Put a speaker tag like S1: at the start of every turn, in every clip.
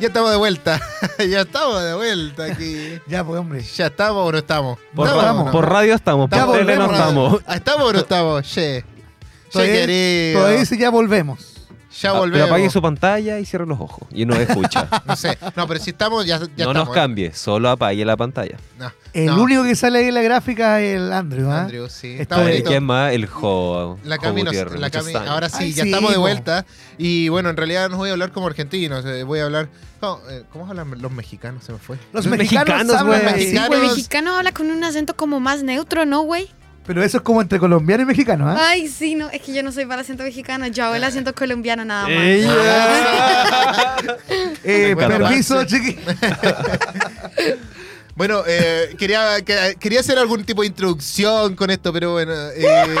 S1: Ya estamos de vuelta. ya estamos de vuelta aquí.
S2: Ya, pues, hombre.
S1: ¿Ya estamos o no estamos?
S3: Por,
S1: ¿Estamos
S3: ra-
S1: o no?
S3: por radio estamos, por
S1: Estamos,
S3: tele no
S1: volvemos,
S3: estamos.
S1: Ah, ¿Estamos o no estamos? Che. Che,
S2: Todavía,
S1: querido.
S2: todavía dice ya volvemos.
S1: Ya
S3: Ah, Pero apague
S1: volvemos.
S3: su pantalla y cierre los ojos y nos escucha.
S1: No sé. No, pero si estamos, ya, ya
S3: no
S1: estamos.
S3: nos cambie, solo apague la pantalla.
S1: No,
S2: El
S1: no,
S2: único que sale ahí en la gráfica es el Andrew, ¿ah?
S1: Andrew, sí.
S2: Esto
S1: Está
S2: es-
S3: ¿Y
S1: bonito.
S3: quién más? El Jo.
S1: La
S3: Jo
S1: Cami, nos-
S3: Gutiérrez,
S1: la
S3: muchos
S1: Cami-
S3: años.
S1: ahora sí,
S2: Ay,
S1: ya
S2: sí,
S1: estamos de
S2: po.
S1: vuelta. Y bueno, en realidad no voy a hablar como argentinos, eh, voy a hablar. no, eh, ¿Cómo hablan los mexicanos? Se me fue.
S3: Los
S2: Los mexicanos,
S3: mexicanos,
S2: hablan
S3: güey.
S2: así,
S1: Mexicanos.
S2: güey.
S4: El mexicano habla con un acento como más neutro, ¿no, güey?
S2: Pero eso es como entre colombiano y mexicano, ¿ah?
S4: Ay, sí, no, es que yo no soy para el acento mexicano, yo hago el acento colombiano nada más.
S3: ¡Ella!
S1: Ah.
S2: Eh,
S1: Bueno,
S2: permiso, chiqui.
S1: Bueno, eh, quería, que- quería hacer algún tipo de introducción con esto, pero bueno. eh,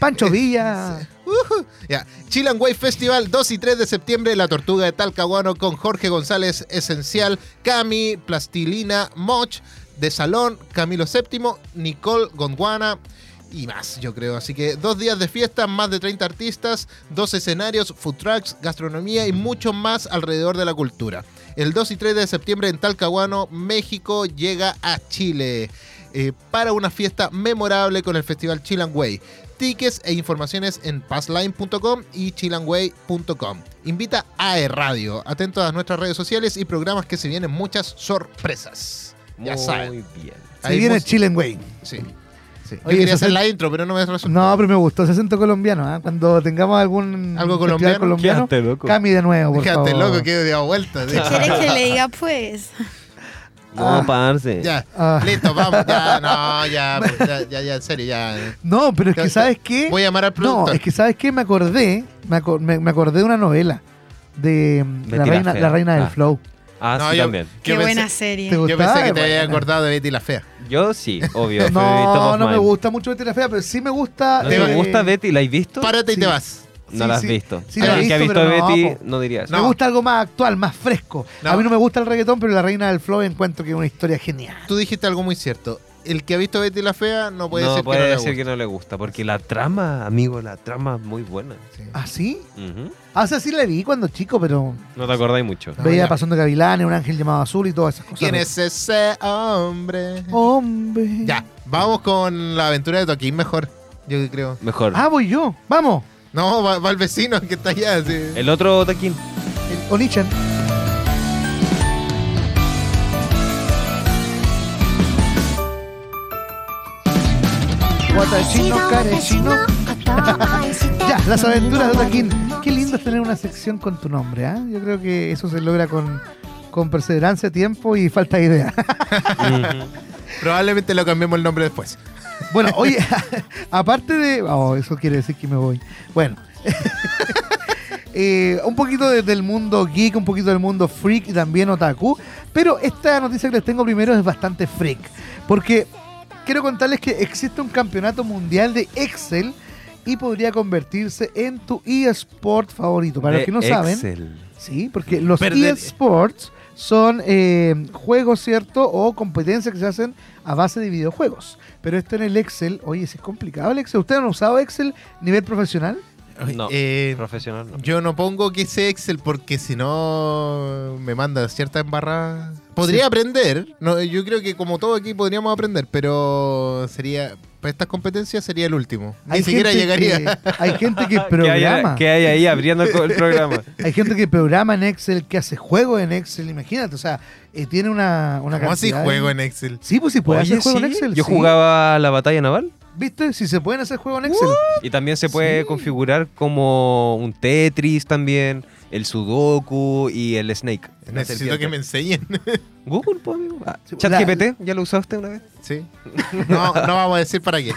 S2: Pancho Villa.
S1: Ya, Chill and Way Festival 2 y 3 de septiembre, La Tortuga de Talcahuano con Jorge González Esencial, Cami, Plastilina, Moch, De Salón, Camilo VII, Nicole Gondwana y más, yo creo. Así que dos días de fiesta, más de 30 artistas, dos escenarios, food trucks, gastronomía y mucho más alrededor de la cultura. El 2 y 3 de septiembre en Talcahuano, México, llega a Chile eh, para una fiesta memorable con el Festival Chill and Way. Tickets e informaciones en passline.com y chillanway.com. Invita a E-Radio. Atentos a nuestras redes sociales y programas que se vienen muchas sorpresas. Ya saben.
S3: Muy bien.
S2: Se viene
S1: mus-
S2: Chilen, güey.
S1: Sí. sí. Yo
S2: Oye,
S1: quería
S2: eso
S1: hacer
S2: se-
S1: la intro, pero no me resultó.
S2: No, pero me gustó ese acento colombiano, ¿ah? Cuando tengamos algún
S1: Algo colombiano.
S2: festival colombiano,
S3: Quédate loco.
S2: Cami de nuevo, por
S1: Déjate
S2: favor.
S1: loco que he dado vuelta.
S4: ¿Qué quiere que le diga, pues?
S3: No,
S2: Ah.
S3: parce.
S1: Ya.
S2: Ah.
S1: Listo, vamos. Ya, no, ya, pues, ya, ya, ya, en serio, ya.
S2: No, pero es
S1: Te-
S2: que
S1: te-
S2: sabes qué.
S1: Voy a llamar al
S2: No,
S1: productor.
S2: es que sabes qué me acordé, me, aco- me- me acordé de una novela de mm, la
S3: Betty la
S2: reina,
S3: Fea.
S2: la reina del
S3: Ah.
S2: flow.
S3: Ah,
S1: No,
S3: sí,
S1: yo-
S3: también.
S4: Qué
S1: Yo pensé-
S4: buena
S2: ¿Te
S4: serie.
S1: Yo
S2: gustaba?
S1: pensé que te había
S2: Bueno.
S1: acordado de Betty la Fea.
S3: Yo sí, obvio. fui top
S2: No,
S3: of
S2: no me
S3: mind.
S2: gusta mucho Betty la fea, pero sí me gusta. eh,
S3: ¿No
S1: Te
S3: te
S1: va-
S3: gusta Betty? ¿La has visto?
S1: Párate y
S2: Sí.
S1: te vas.
S3: No
S2: Sí,
S3: la has
S2: sí.
S3: visto.
S2: Sí,
S3: Alguien
S2: la he
S3: que ha
S2: visto,
S3: visto a
S2: pero no,
S3: Betty
S2: po.
S3: no diría eso.
S1: No.
S2: Me gusta algo más actual, más fresco.
S1: No.
S2: A mí no me gusta el reggaetón, pero la reina del flow encuentro que es una historia genial.
S1: Tú dijiste algo muy cierto. El que ha visto Betty la Fea no puede
S3: no
S1: decir
S3: puede
S1: que no le
S3: decir
S1: guste.
S3: que no le gusta, porque la trama, amigo, la trama es muy buena.
S2: ¿Ah, sí?
S3: Ujú.
S2: Ah, o sea, sí la vi cuando chico, pero
S3: No te acordáis mucho.
S1: No,
S2: veía
S1: ya.
S2: Pasando Gavilanes, Un Ángel Llamado Azul y todas esas cosas.
S1: ¿Quién es ese hombre?
S2: Hombre.
S1: Ya, vamos con la aventura de Toquín mejor, yo creo.
S3: Mejor.
S2: Ah, voy yo. Vamos.
S1: No, va, va el vecino que está allá. sí.
S3: El otro Taquín.
S2: El Onichan. Guatachino, carechino. Ya, las aventuras de Otaquín. Qué lindo es tener una sección con tu nombre, ¿ah? Yo creo que eso se logra con, con perseverancia, tiempo y falta de idea.
S1: Probablemente lo cambiemos el nombre después.
S2: Bueno, oye, aparte de. Oh, eso quiere decir que me voy. Bueno. Eh, un poquito de- del mundo geek, un poquito del mundo freak y también otaku. Pero esta noticia que les tengo primero es bastante freak. Porque quiero contarles que existe un campeonato mundial de Excel y podría convertirse en tu eSport favorito. Para los
S3: De
S2: que no saben.
S3: Eh, Excel.
S2: Sí, porque los
S1: Perder-
S2: eSports son eh, juegos, ¿cierto? O competencias que se hacen a base de videojuegos. Pero esto en el Excel, oye, si es complicado el Excel. ¿Ustedes han usado Excel nivel profesional?
S3: No,
S1: Eh,
S3: profesional no.
S1: yo no pongo que sea Excel porque si no me manda cierta embarrada. Podría aprender, no, yo creo que como todo aquí podríamos aprender, pero sería para estas competencias sería el último. Ni siquiera
S2: gente
S1: llegaría.
S2: que- hay gente que
S3: ¿Qué hay,
S2: programa.
S3: ¿Qué hay ahí abriendo el co- el programa?
S2: Hay gente que programa en Excel, que hace juegos en Excel, imagínate. O sea, eh, tiene una, una
S1: ¿Cómo así
S2: cantidad de-
S1: juego en Excel?
S2: Sí, pues si puede
S3: Oye,
S2: hacer juego en
S3: sí,
S2: Excel.
S3: Yo
S2: sí.
S3: jugaba la batalla naval
S2: ¿Viste? Si se pueden hacer juegos en Excel.
S3: y también se puede configurar como un Tetris también, el Sudoku y el Snake. la
S1: Necesito
S3: serpiente.
S1: que me enseñen.
S3: Google, pues, amigo. Ah,
S2: Sí, pues,
S3: ChatGPT, ¿ya lo usaste una vez?
S1: Sí. No, no vamos a decir para qué.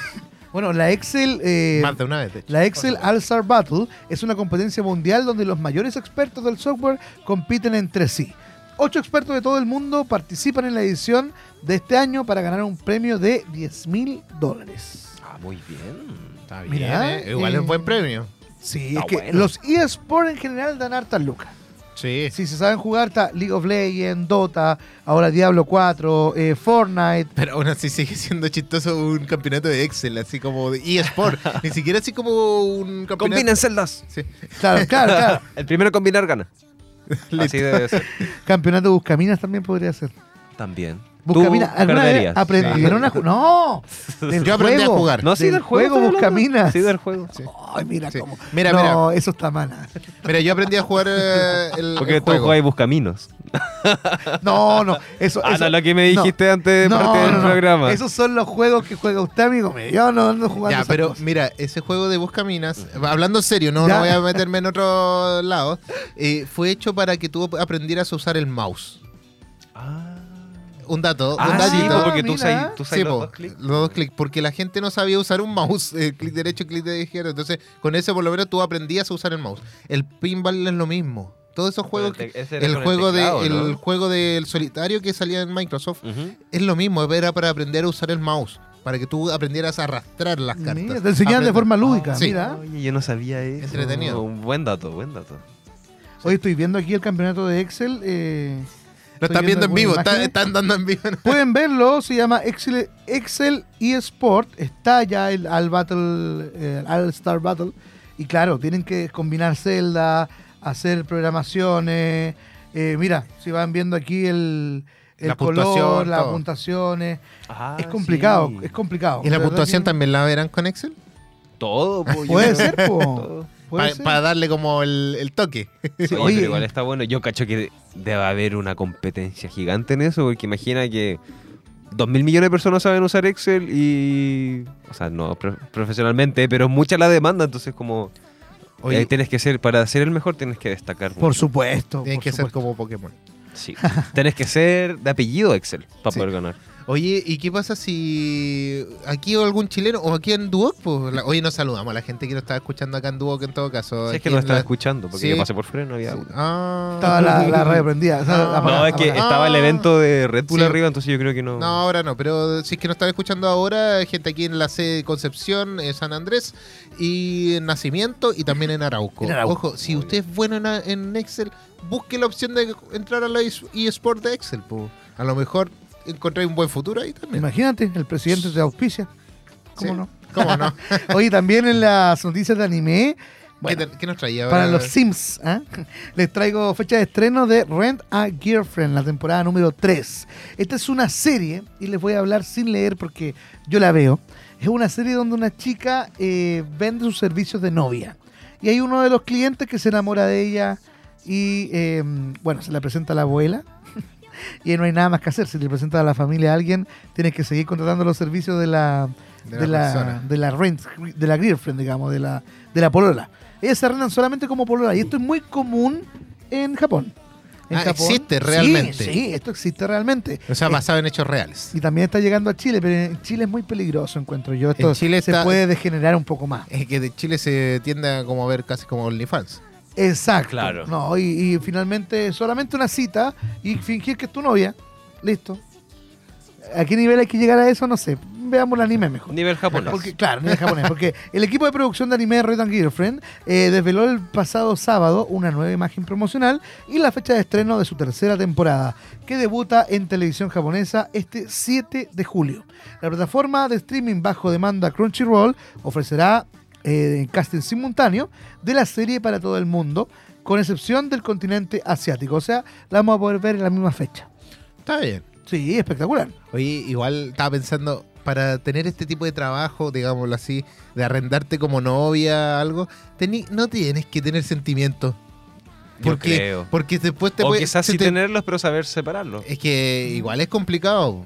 S2: Bueno, la Excel. eh,
S1: Más de una vez. de hecho.
S2: La Excel All-Star Battle es una competencia mundial donde los mayores expertos del software compiten entre sí. Ocho expertos de todo el mundo participan en la edición de este año para ganar un premio de 10 mil dólares.
S3: Ah, muy bien.
S1: Está bien,
S2: Mira,
S1: eh. Igual es un
S2: eh,
S1: buen premio.
S2: Sí,
S3: Está
S2: es que
S3: bueno.
S2: los eSports en general dan hartas lucas.
S1: Sí.
S2: Si se saben jugar, está League of Legends, Dota, ahora Diablo 4, eh, Fortnite.
S1: Pero aún así sigue siendo chistoso un campeonato de Excel, así como de eSport. Ni siquiera así como un campeonato.
S3: Combinan celdas.
S1: Sí.
S2: Claro, claro, claro.
S3: El primero a combinar gana. Así debe ser.
S2: Campeonato de Buscaminas también podría ser.
S3: También. Tú
S2: Buscaminas, ¿alguna vez
S3: perderías.
S2: aprendieron a jugar? No, del
S1: Yo aprendí a
S2: juego,
S1: jugar.
S3: No, sí, del juego. estoy hablando.
S2: Buscaminas.
S3: Sí, del juego.
S1: Sí.
S2: Ay, mira
S1: Sí.
S2: cómo.
S1: Mira,
S2: no, eso está mala.
S1: Mira, yo aprendí a jugar eh, el,
S3: Porque
S1: el
S3: tú
S1: juego.
S3: juegas y buscaminos.
S2: No, no, eso.
S3: Ah,
S2: eso-
S3: no, lo que me
S2: no.
S3: dijiste antes de parte del programa.
S2: Esos son los juegos que juega usted, amigo mío. Yo no ando jugando.
S1: Ya,
S2: esas
S1: pero
S2: cosas.
S1: mira, ese juego de Buscaminas, hablando en serio, no,
S2: Ya.
S1: no voy a meterme en otro lado, eh, fue hecho para que tú aprendieras a usar el mouse.
S3: Ah,
S1: Un dato, un
S3: Ah, sí,
S1: datito.
S3: po, porque tú
S2: mira.
S3: usas tú usas
S1: Sí,
S3: los
S2: pues,
S1: po,
S3: dos clics.
S1: los dos clics, porque la gente no sabía usar un mouse, eh, clic derecho, clic de izquierdo. Entonces, con eso por lo menos tú aprendías a usar el mouse. El pinball es lo mismo. Todos esos juegos,
S3: Con el
S1: que-
S3: te- ese era
S1: el
S3: con el
S1: juego
S3: teclado,
S1: de,
S3: ¿no?
S1: el juego del solitario que salía en Microsoft
S3: Ujú.
S1: es lo mismo. Era para aprender a usar el mouse, para que tú aprendieras a arrastrar las cartas.
S2: Mira, te enseñan de
S1: Aprender.
S2: forma lúdica.
S1: Sí.
S2: Mira.
S3: Oye, yo no sabía eso.
S1: Entretenido.
S3: Un buen dato, buen dato.
S2: Hoy estoy viendo aquí el campeonato de Excel. eh,
S1: Lo
S2: estoy
S1: están viendo en
S2: algunas
S1: vivo, está-
S2: imágenes.
S1: están dando en vivo.
S2: Pueden verlo, se llama Excel, Excel eSport. Está ya el All Battle, eh, All Star Battle. Y claro, tienen que combinar celdas, hacer programaciones. Eh, mira, si van viendo aquí el, el
S1: La
S2: color,
S1: puntuación,
S2: las
S1: todo.
S2: puntuaciones.
S3: Ah,
S2: Ah, es complicado, es complicado.
S1: ¿Y la
S2: verdad
S1: puntuación
S2: que-
S1: también la verán con Excel?
S3: Todo, po, yo
S2: Puede
S3: creo.
S2: ser, po.
S3: Todo.
S2: Puede
S1: Pa-
S2: ser.
S1: para darle como el, el toque.
S2: Sí,
S3: Oye, pero igual está bueno. Yo cacho que debe haber una competencia gigante en eso, porque imagina que dos mil millones de personas saben usar Excel y. O sea, no pro- profesionalmente, pero es mucha la demanda, entonces, como.
S1: Oye,
S3: eh, tienes que ser, para ser el mejor, tienes que destacar.
S2: Por
S3: mucho.
S2: supuesto.
S1: tienen
S2: por
S1: que ser
S2: supuesto.
S1: como Pokémon.
S3: Sí. tienes que ser de apellido Excel para
S1: Sí.
S3: poder ganar.
S1: Oye, ¿y qué pasa si aquí o algún chileno o aquí en Duoc? Pues, la- oye, nos saludamos a la gente que nos está escuchando acá en Duoc en todo caso.
S3: Si es que
S1: Aquí
S3: nos
S1: en la-
S3: están escuchando, porque
S1: Sí.
S3: yo pasé por freno, había
S1: Sí.
S3: uno.
S1: Ah.
S2: Estaba la, la radio prendida. o sea,
S1: No,
S3: No,
S2: apagada,
S3: es que
S2: apagada.
S3: estaba el evento de Red Bull
S1: Ah. Sí.
S3: arriba, entonces yo creo que no.
S1: No, ahora no, pero si es que nos están escuchando ahora, gente aquí en la sede de Concepción, eh, San Andrés, y en Nacimiento, y también en Arauco.
S2: En Arauco.
S1: Ojo, si usted es bueno en, a- en Excel, busque la opción de entrar a la es- eSport de Excel. po. A lo mejor encontráis un buen futuro ahí también.
S2: Imagínate, el presidente te auspicia. ¿Cómo
S1: Sí.
S2: no?
S1: ¿Cómo no?
S2: Oye, también en las noticias de anime, bueno,
S1: ¿Qué, te- qué nos traía ahora?
S2: para los Sims, ¿ah? les traigo fecha de estreno de Rent a Girlfriend, la temporada número 3. Esta es una serie, y les voy a hablar sin leer porque yo la veo. Es una serie donde una chica eh, vende sus servicios de novia. Y hay uno de los clientes que se enamora de ella y, eh, bueno, se la presenta a la abuela. y no hay nada más que hacer. Si le presentas a la familia a alguien, tienes que seguir contratando los servicios de la,
S1: de
S2: de
S1: la
S2: la,
S1: persona.
S2: de la rent, de la girlfriend, digamos, de la, de la polola. Ellas se arrendan solamente como polola y esto es muy común en Japón. En
S1: Ah, existe realmente.
S2: Sí, sí, esto existe realmente.
S1: O sea,
S2: Eh,
S1: basado en hechos reales.
S2: y también está llegando a Chile, pero en Chile es muy peligroso, encuentro yo. Esto
S1: En Chile
S2: se
S1: está-
S2: puede degenerar un poco más.
S1: Es que de Chile se tiende a como ver casi como OnlyFans.
S2: Exacto.
S3: Claro.
S2: No, y, y finalmente solamente una cita y fingir que es tu novia. Listo. ¿A qué nivel hay que llegar a eso? No sé. Veamos el anime mejor.
S3: Nivel japonés.
S2: Porque, claro, no es japonés. Porque el equipo de producción de anime Red and Girlfriend eh, desveló el pasado sábado una nueva imagen promocional y la fecha de estreno de su tercera temporada, que debuta en televisión japonesa este 7 de julio. La plataforma de streaming bajo demanda Crunchyroll ofrecerá eh, casting simultáneo de la serie para todo el mundo, con excepción del continente asiático. O sea, la vamos a poder ver en la misma fecha.
S1: Está bien.
S2: Sí, espectacular.
S1: Oye, igual estaba pensando, para tener este tipo de trabajo, digámoslo así, de arrendarte como novia, algo, teni- no tienes que tener sentimientos.
S3: Yo
S1: Porque,
S3: creo.
S1: porque después te
S3: o
S1: puede-
S3: quizás
S1: se
S3: sí
S1: te-
S3: tenerlos, pero saber separarlos.
S1: Es que igual es complicado.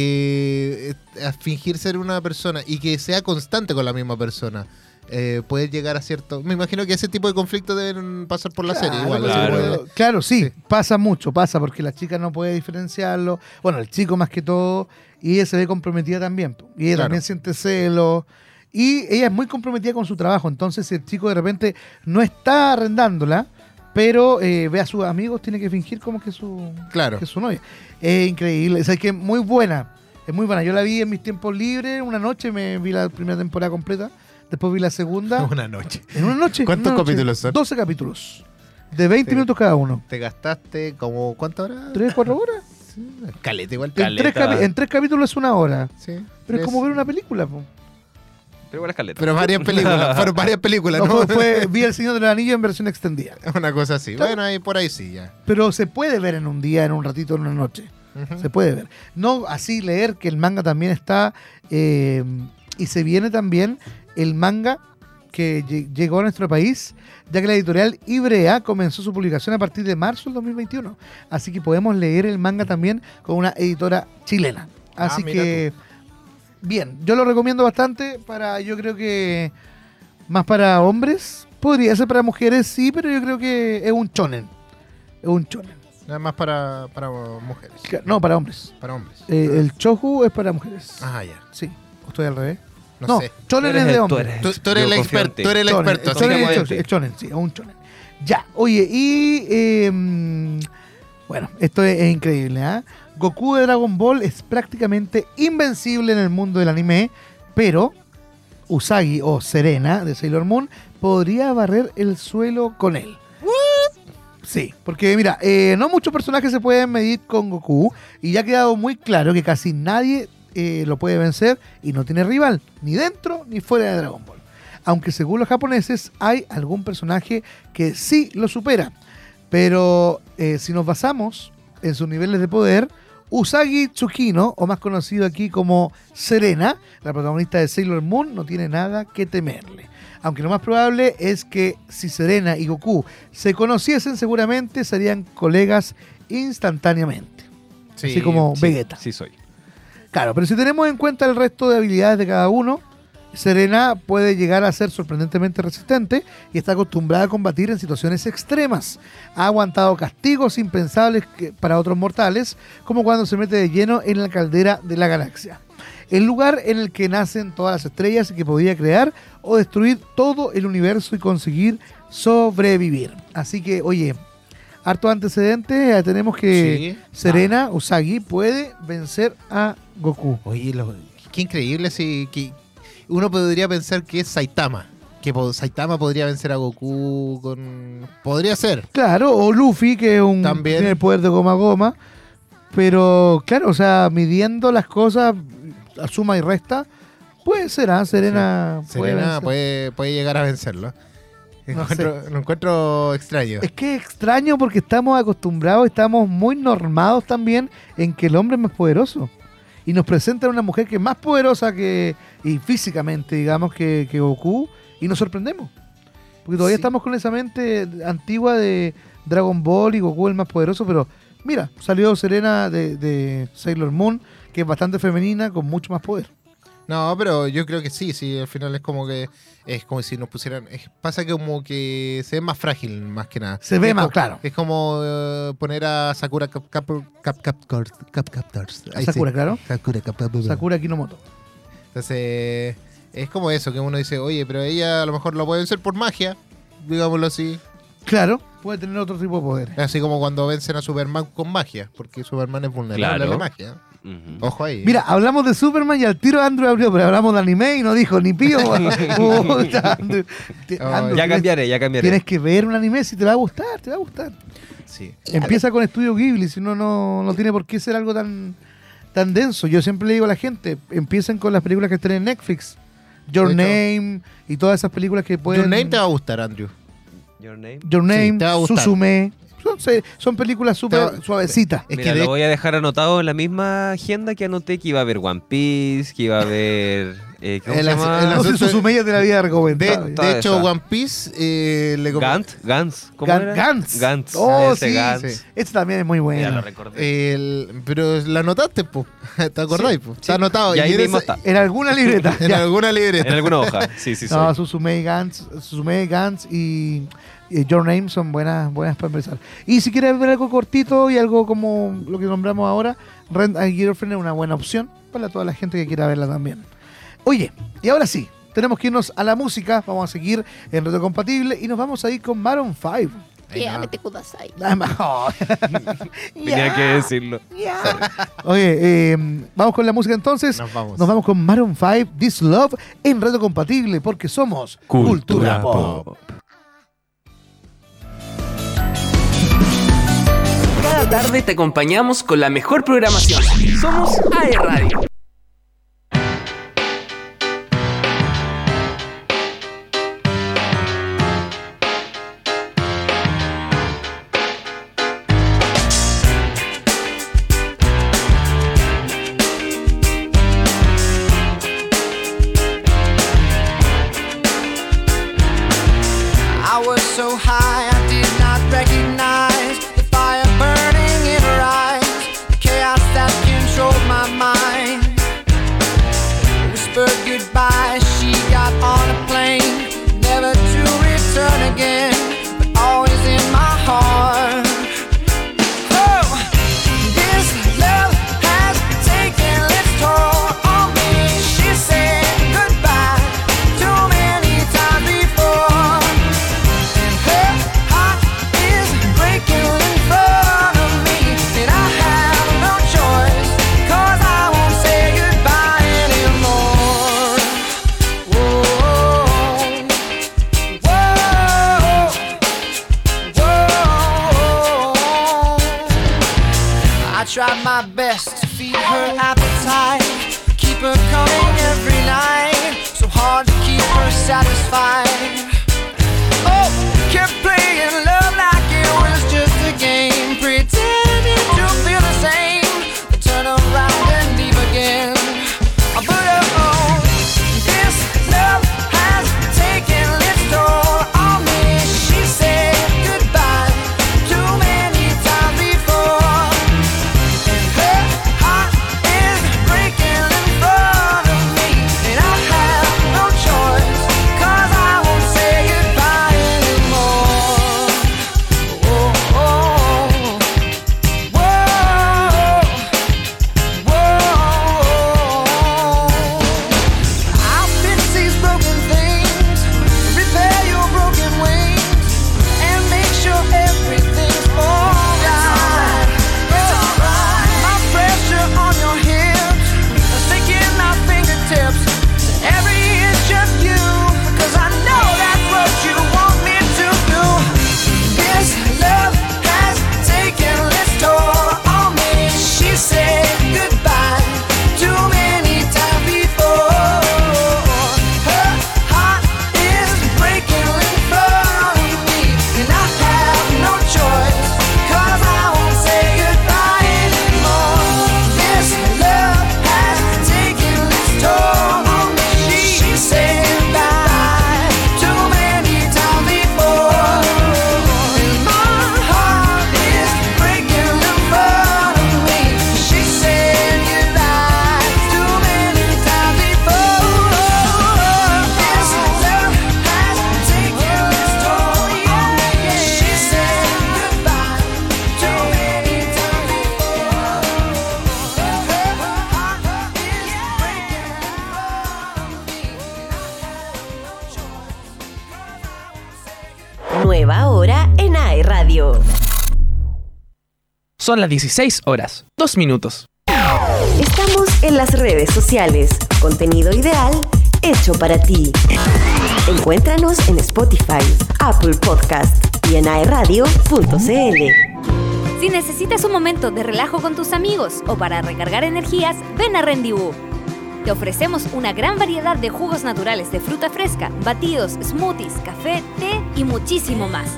S1: Porque eh, a fingir ser una persona y que sea constante con la misma persona. eh, puede llegar a cierto. Me imagino que ese tipo de conflictos deben pasar por la serie. Igual,
S3: pues,
S1: así
S3: claro.
S1: como de-
S2: Claro, claro, sí,
S1: Sí.
S2: pasa mucho, pasa porque la chica no puede diferenciarlo, bueno, el chico más que todo, y ella se ve comprometida también, po. y ella
S1: Claro.
S2: también siente celos, y ella es muy comprometida con su trabajo, entonces si el chico de repente no está arrendándola, pero eh, ve a sus amigos, tiene que fingir como que su,
S1: Claro.
S2: que su novia. Es increíble, o sea, es que es muy buena, es muy buena, yo la vi en mis tiempos libres, una noche me vi la primera temporada completa, después vi la segunda.
S1: Una noche.
S2: En una noche.
S1: ¿Cuántos
S2: en una noche,
S1: capítulos son?
S2: 12 capítulos. De 20
S1: Sí.
S2: minutos cada uno.
S1: Te gastaste como. ¿Cuántas horas?
S2: 3, 4 horas.
S1: Caleta igual.
S2: En
S3: Caleta.
S2: tres, capi- en tres capítulos es una hora.
S1: Sí,
S2: Pero es
S1: tres.
S2: como ver una película. po.
S3: Pero igual es caleta.
S1: Pero varias películas, fueron varias películas,
S2: No,
S1: ¿no?
S2: fue, fue- vi El Señor del Anillo en versión extendida.
S1: Una cosa así.
S2: Claro.
S1: Bueno, ahí por ahí sí ya.
S2: Pero se puede ver en un día, en un ratito, en una noche.
S1: Ujú.
S2: Se puede ver. No así leer que el manga también está. eh, y se viene también el manga que lle- llegó a nuestro país, ya que la editorial Ibrea comenzó su publicación a partir de marzo del 2021. Así que podemos leer el manga también con una editora chilena.
S1: Ah,
S2: Así
S1: mira
S2: que, bien, yo lo recomiendo bastante para, yo creo que, más para hombres. Podría ser para mujeres, sí, pero yo creo que es un chonen. Es un chonen.
S1: Nada más para, para mujeres.
S2: No, para hombres.
S1: Para hombres.
S2: Eh, el choju es para mujeres.
S1: Ah, ya.
S2: Sí, o estoy al revés.
S1: No,
S2: No,
S1: sé.
S2: chonen es de hombres.
S1: Tú, tú eres el experto, tú eres el
S2: Chonen,
S1: experto.
S2: el
S1: así
S2: chonen
S1: que-
S3: Sigamos
S2: es cho-
S3: adelante.
S2: es chonen, sí, es un chonen. Ya, oye, y. eh, mm, bueno, esto es, es increíble, ¿ah? Goku de Dragon Ball es prácticamente invencible en el mundo del anime, pero Usagi o Serena de Sailor Moon podría barrer el suelo con él. Sí, porque mira, eh, no muchos personajes se pueden medir con Goku y ya ha quedado muy claro que casi nadie eh, lo puede vencer y no tiene rival, ni dentro ni fuera de Dragon Ball. Aunque según los japoneses hay algún personaje que sí lo supera, pero eh, si nos basamos en sus niveles de poder, Usagi Tsukino, o más conocido aquí como Serena, la protagonista de Sailor Moon, no tiene nada que temerle. Aunque lo más probable es que si Serena y Goku se conociesen, seguramente serían colegas instantáneamente.
S1: Sí,
S2: así como
S3: Sí,
S2: Vegeta.
S3: Sí, soy.
S2: Claro, pero si tenemos en cuenta el resto de habilidades de cada uno, Serena puede llegar a ser sorprendentemente resistente y está acostumbrada a combatir en situaciones extremas. Ha aguantado castigos impensables que- para otros mortales, como cuando se mete de lleno en la caldera de la galaxia. El lugar en el que nacen todas las estrellas y que podría crear o destruir todo el universo y conseguir sobrevivir. Así que, oye, harto antecedente, eh, tenemos que...
S1: sí.
S2: Serena Usagi puede vencer a Goku.
S1: Oye, lo- qué increíble si que uno podría pensar que es Saitama. Que po- Saitama podría vencer a Goku con... Podría ser.
S2: Claro, o Luffy, que es un,
S1: También.
S2: tiene el poder de goma a goma. Pero claro, o sea, midiendo las cosas, a suma y resta, puede ser, ¿ah? Serena. puede
S1: Serena
S2: vencer.
S1: puede, puede llegar a vencerlo.
S2: No
S1: Encuentro- Lo encuentro extraño.
S2: Es que es extraño porque estamos acostumbrados, estamos muy normados también en que el hombre es más poderoso. Y nos presentan una mujer que es más poderosa que, y físicamente, digamos, que, que Goku, y nos sorprendemos. Porque todavía
S1: Sí.
S2: estamos con esa mente antigua de Dragon Ball y Goku el más poderoso, pero mira, salió Serena de, de Sailor Moon, que es bastante femenina, con mucho más poder.
S1: No, pero yo creo que sí, sí, al final es como que es como si nos pusieran, es- pasa que como que se ve más frágil más que nada.
S2: Se ve
S1: Es
S2: más,
S1: como-
S2: claro.
S1: Es como eh, poner a Sakura Cap Cap Cap Cap Cap Captors. Ahí sí.
S2: Sakura, claro.
S1: Sakura Cap Cap-
S2: Sakura Kinomoto.
S1: Entonces, es como eso, que uno dice, "Oye, pero ella a lo mejor lo puede vencer por magia." Digámoslo así.
S2: Claro, puede tener otro tipo de poderes.
S1: Así como cuando vencen a Superman con magia, porque Superman es vulnerable a la
S3: Claro.
S1: magia.
S3: Ujú.
S1: Ojo ahí.
S2: Mira, hablamos de Superman y al tiro Andrew abrió, pero hablamos de anime y no dijo ni pío. Puta, Andrew. Te-
S1: Ay.
S2: Andrew,
S3: Ya
S2: tienes-
S3: cambiaré, ya cambiaré.
S2: Tienes que ver un anime si te va a gustar, te va a gustar.
S1: Sí.
S2: Empieza con Estudio Ghibli, si no, no, no tiene por qué ser algo tan, tan denso. Yo siempre le digo a la gente, empiecen con las películas que estén en Netflix. Your
S1: De
S2: Name y todas esas películas que pueden...
S1: Your Name te va a gustar, Andrew.
S3: Your name.
S2: Your Name,
S1: Sí, te va a gustar.
S2: Suzume. Son, se- son películas
S1: Te
S2: súper
S1: va-
S2: suavecitas.
S1: Es
S3: Mira,
S1: que de-
S3: lo voy a dejar anotado en la misma agenda que anoté que iba a haber One Piece, que iba a haber. eh, ¿Cómo
S1: El
S3: se
S1: as- el
S2: No
S3: llama?
S1: as-
S2: sé,
S1: asunto-
S2: Suzume ya te la había recomendado.
S1: De,
S2: ya.
S3: Toda
S1: de hecho,
S3: esa.
S1: One Piece eh, le comp-
S3: Gantz. Gantz. ¿Cómo
S2: Gan-
S3: era?
S2: Gantz.
S3: Gantz.
S2: Oh,
S3: ese
S2: sí,
S3: Gantz.
S1: sí.
S2: Este también es muy bueno. eh,
S3: Ya lo recordé.
S1: el- pero la anotaste, po. ¿te acordáis? po?
S3: sí.
S1: Está anotado.
S3: Y ahí
S1: en
S3: mismo
S1: esa-
S3: está.
S2: En alguna libreta.
S1: En
S2: ya.
S1: alguna libreta.
S3: En alguna hoja. Sí, sí,
S2: no,
S3: soy.
S2: Susume Gantz, Suzume Gantz y, y Your Name son buenas, buenas para empezar. Y si quieres ver algo cortito y algo como lo que nombramos ahora, Rent a Girlfriend es una buena opción para toda la gente que quiera verla también. Oye, y ahora sí, tenemos que irnos a la música, vamos a seguir en Reto Compatible y nos vamos a ir con Maroon 5.
S1: Ahí va.
S2: Nada más.
S3: Tenía que decirlo.
S2: Oye, eh, vamos con la música entonces.
S1: Nos vamos.
S2: Nos vamos con Maroon 5, This Love, en Reto Compatible, porque somos Cultura, Pop.
S5: Cada tarde te acompañamos con la mejor programación. E Somos AE Radio.
S6: was so high, I did not recognize the fire burning in her eyes, the chaos that controlled my mind. Whispered goodbye, she got on a plane, never to return again, but always in my heart. Oh, this love has taken its toll on me. She said goodbye too many times before. Her heart is breaking in front of me, and I have no choice 'cause I won't say goodbye anymore. Whoa, whoa. Whoa. I tried my best to feed her appetite, keep her coming every night. So hard to keep her satisfied. Oh, kept playing love like it was just a game, pretending to feel the same. But turn around and leave again. But oh, this love has taken its toll on me. She said goodbye too many times before. Her heart is breaking in front of me, and I have no choice 'cause I won't say goodbye anymore. Whoa, whoa. I'll fix these broken things, repair your broken wings, and make sure everything's alright. My pressure on your hips, sticking my fingertips to every inch of you, 'cause I know that's what you want me to do. This love has taken its toll on me. Oh, She said goodbye too many times before. Her heart is breaking in front of me, and I have no choice 'cause I won't say goodbye anymore. This love has taken its toll on me. She said goodbye too many times before, and my heart is breaking in front of me. She said goodbye too many times before. This love has taken its toll on me. She said goodbye too many times before. Her heart is breaking in front of me, and I have no choice 'cause I won't say goodbye.
S7: Nueva hora en AE Radio.
S8: Son las 16 horas, 2 minutos.
S7: Estamos en las redes sociales. Contenido ideal hecho para ti. Encuéntranos en Spotify, Apple Podcast y en aeradio.cl.
S9: Si necesitas un momento de relajo con tus amigos o para recargar energías, ven a Rendibú. Te ofrecemos una gran variedad de jugos naturales de fruta fresca, batidos, smoothies, café, té y muchísimo más.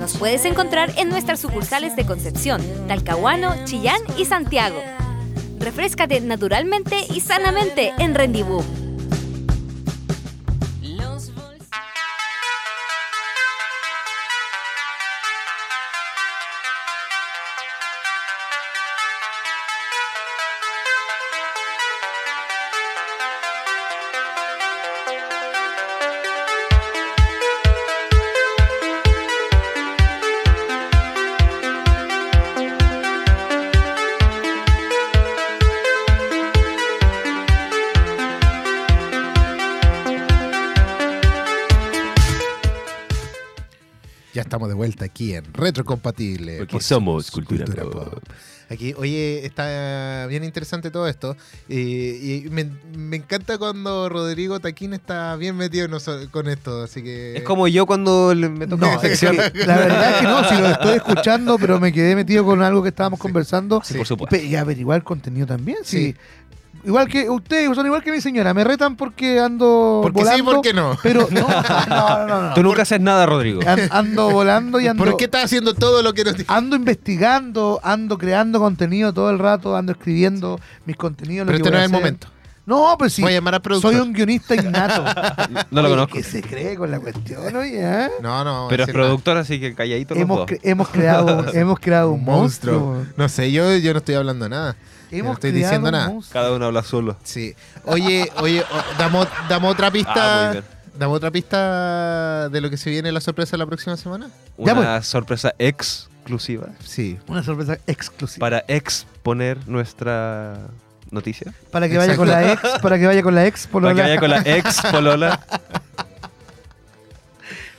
S9: Nos puedes encontrar en nuestras sucursales de Concepción, Talcahuano, Chillán y Santiago. Refrescate naturalmente y sanamente en Rendibú.
S1: Ya estamos de vuelta aquí en Retrocompatible.
S3: Porque somos cultura pop.
S1: Aquí, oye, está bien interesante todo esto. eh, Y, y me, me encanta cuando Rodrigo Taquín está bien metido en noso- con esto. Así que.
S3: Es como yo cuando le- me toca
S2: Eh,
S3: una
S2: No,
S3: sección.
S2: es que la verdad es que no, si lo estoy escuchando, pero me quedé metido con algo que estábamos conversando.
S3: Sí, por supuesto.
S2: Pe- Y averiguar contenido también, sí.
S1: Sí.
S2: Igual que ustedes, son igual que mi señora, me retan porque ando
S1: Porque sí,
S2: volando.
S1: porque no.
S2: Pero no, no, no, no, no.
S3: Tú nunca haces nada, Rodrigo.
S2: An- Ando volando y ando
S1: ¿Por qué estás haciendo todo lo que nos dice?
S2: ando investigando, ando creando contenido todo el rato, ando escribiendo mis contenidos. lo
S1: Pero
S2: que
S1: este
S2: voy
S1: no
S2: a
S1: es el
S2: hacer.
S1: momento.
S2: No, pues sí.
S1: Voy a llamar al productor.
S2: Soy un guionista innato.
S3: No lo
S2: Oye,
S3: conozco.
S2: ¿Qué se cree con la cuestión, oye? ¿eh?
S1: No, no.
S3: Pero es
S1: decir nada.
S3: productor, así que calladito los
S2: Hemos,
S3: dos.
S2: cre- hemos creado, hemos creado un monstruo.
S1: No sé, yo, yo no estoy hablando nada. Yo
S2: Hemos
S1: no estoy
S2: creado
S1: diciendo
S2: un
S1: nada.
S2: monstruo.
S3: Cada uno habla solo.
S1: Sí. Oye, oye, o- damos, damos otra
S3: Ah, muy
S1: pista.
S3: bien.
S1: damos otra pista de lo que se viene la sorpresa la próxima semana.
S2: Ya, pues.
S3: Una sorpresa exclusiva
S1: Sí.
S2: Una sorpresa exclusiva. Para,
S3: para exponer nuestra noticia.
S2: que vaya con la ex, para que vaya con la ex, por lo
S3: Para que
S2: menos.
S3: vaya con la ex polola. A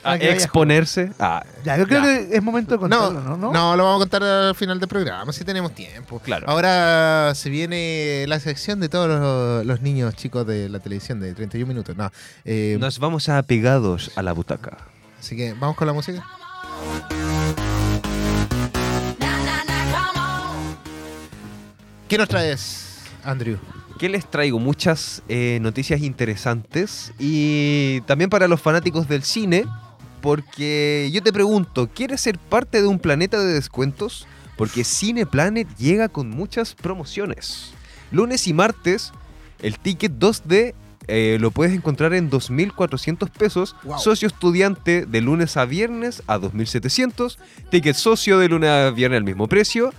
S2: Para que vaya
S3: exponerse. Ah,
S2: Ya, yo creo
S3: Ya.
S2: que es momento de
S1: No,
S2: contarlo, ¿no?
S1: no, lo vamos a contar al final del programa, si tenemos tiempo.
S3: Claro.
S1: Ahora se viene la sección de todos los, los niños chicos de la televisión de 31 minutos. No, eh,
S3: nos vamos a pegados a la butaca.
S1: Así que vamos con la música. ¿Qué nos traes, Andrew?
S3: que les traigo? Muchas eh, noticias interesantes y también para los fanáticos del cine, porque yo te pregunto, ¿quieres ser parte de un planeta de descuentos? Porque Cineplanet llega con muchas promociones. Lunes y martes, el ticket 2D eh, lo puedes encontrar en 2.400 pesos.
S1: Wow.
S3: Socio estudiante de lunes a viernes a 2.700. Ticket socio de lunes a viernes al mismo precio.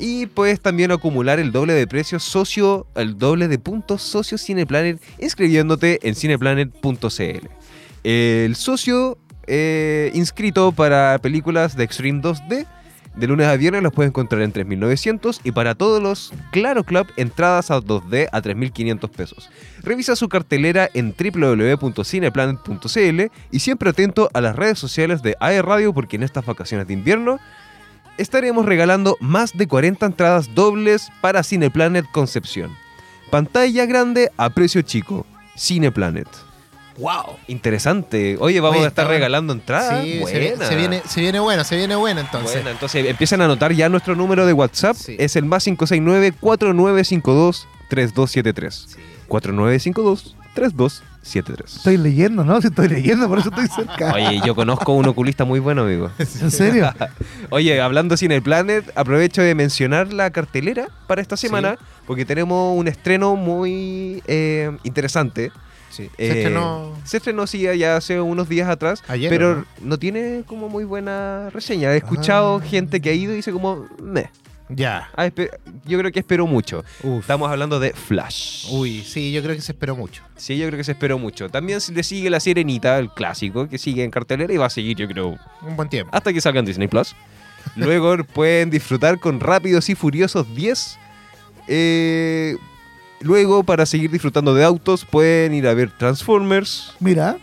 S3: Y puedes también acumular el doble de precios socio, el doble de puntos socio Cineplanet inscribiéndote en cineplanet.cl. El socio eh, inscrito para películas de Extreme 2D de lunes a viernes los puedes encontrar en 3.900 y para todos los Claro Club entradas a 2D a 3.500 pesos. Revisa su cartelera en www.cineplanet.cl y siempre atento a las redes sociales de AE Radio porque en estas vacaciones de invierno estaremos regalando más de 40 entradas dobles para Cineplanet Concepción. Pantalla grande a precio chico. Cineplanet. ¡Wow! Interesante. Oye, vamos
S1: Oye,
S3: a estar
S1: está bueno.
S3: regalando entradas.
S1: Sí, se-
S3: Ah, Buena.
S1: Se, viene, se viene buena, se viene buena entonces.
S3: Bueno, entonces empiezan a anotar ya nuestro número de WhatsApp.
S1: Sí.
S3: Es el más 569-4952-3273. 4952-3273.
S2: Estoy leyendo, ¿no? Si estoy leyendo, por eso estoy cerca.
S3: Oye, yo conozco un oculista muy bueno, amigo.
S2: ¿En serio?
S3: Oye, hablando sin el planet, aprovecho de mencionar la cartelera para esta semana, porque tenemos un estreno muy eh, interesante.
S1: Sí. Se
S3: Eh,
S1: estrenó-
S3: se estrenó, sí, ya hace unos días atrás,
S1: Ayer,
S3: pero
S1: ¿o no?
S3: ¿no? tiene como muy buena reseña. He escuchado
S1: Ah.
S3: gente que ha ido y dice como, meh.
S1: Ya.
S3: Ah, espe- yo creo que esperó mucho.
S1: Uf.
S3: Estamos hablando de Flash.
S1: Uy, sí, yo creo que se esperó mucho.
S3: Sí, yo creo que se esperó mucho. También se le sigue La Sirenita, el clásico, que sigue en cartelera y va a seguir, yo creo,
S1: Un buen tiempo.
S3: hasta que salga en Disney Plus. Luego pueden disfrutar con Rápidos y Furiosos 10. Eh, luego, para seguir disfrutando de autos, pueden ir a ver Transformers.
S2: Mira,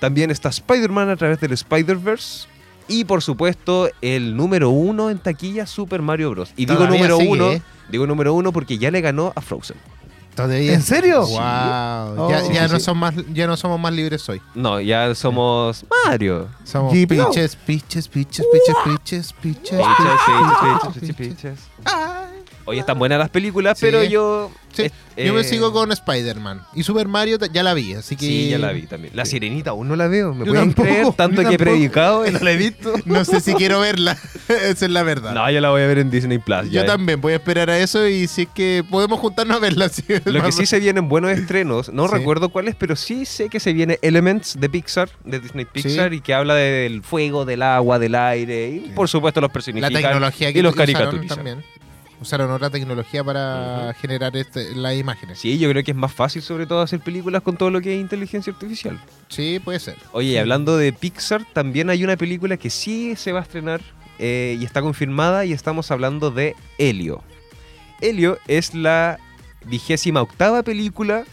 S3: También está Spider-Man a través del Spider-Verse. Y por supuesto, el número uno en taquilla, Super Mario Bros. Y digo
S1: Todavía
S3: número
S1: sigue,
S3: uno.
S1: ¿eh?
S3: Digo número uno porque ya le ganó a Frozen.
S1: Todavía-
S2: ¿en serio?
S1: Wow.
S2: Oh.
S1: Ya, ya
S2: Sí, sí,
S1: no
S2: sí.
S1: son más, ya no somos más libres hoy.
S3: No, ya somos Mario.
S1: Somos
S2: Jeep, no.
S1: piches, piches, piches, piches, piches, piches,
S3: Pichas, pichas,
S1: piches,
S3: pichas,
S1: piches.
S3: pichas. Hoy están buenas las películas, pero
S1: Sí.
S3: yo.
S1: Sí,
S3: est-
S1: Yo me
S3: eh,
S1: sigo con Spider-Man. Y Super Mario ta- ya la vi, así que.
S3: Sí, ya la vi también. La sirenita aún no la veo. ¿Me
S2: Yo
S3: pueden
S2: tampoco,
S3: creer?
S2: yo
S3: Tanto que he
S2: tampoco.
S3: predicado y no la he visto.
S1: No sé si quiero verla. Esa es la verdad.
S3: No, yo la voy a ver en Disney Plus.
S1: Yo
S3: ya.
S1: también voy a esperar a eso y si es que podemos juntarnos a verla. sí.
S3: Lo que sí se vienen buenos estrenos, no
S1: Sí.
S3: recuerdo cuáles, pero sí sé que se viene Elements de Pixar, de Disney Pixar, y que habla del fuego, del agua, del aire, y por supuesto los
S1: La
S3: personifican
S1: tecnología que
S3: y los
S1: usaron
S3: caricaturizan.
S1: también. Usaron otra tecnología para generar este, las imágenes.
S3: Sí, yo creo que es más fácil sobre todo hacer películas con todo lo que es inteligencia artificial.
S1: Sí, puede ser.
S3: Oye, y hablando de Pixar, también hay una película que sí se va a estrenar eh, y está confirmada y estamos hablando de Helio. Helio es la vigésima octava película.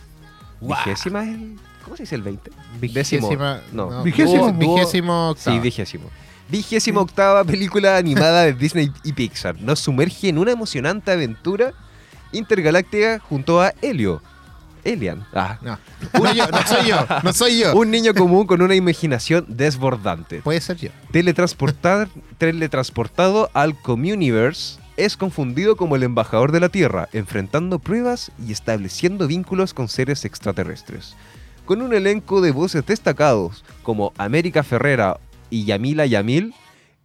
S3: Vigésima es el- ¿Cómo se dice el 20? Décimo.
S1: Vigésima-
S3: No.
S1: no,
S2: Vigésimo.
S1: Vigésimo
S3: Sí,
S1: octavo.
S3: vigésimo. Vigésima octava película animada de Disney y Pixar. Nos sumerge en una emocionante aventura intergaláctica junto a Helio. Elian. Ah.
S1: No. No, yo, no soy yo, no soy yo.
S3: Un niño común con una imaginación desbordante.
S1: Puede ser yo.
S3: Teletransportar, teletransportado al Communiverse, es confundido como el embajador de la Tierra, enfrentando pruebas y estableciendo vínculos con seres extraterrestres. Con un elenco de voces destacados como América Ferrera y Yamila Yamil,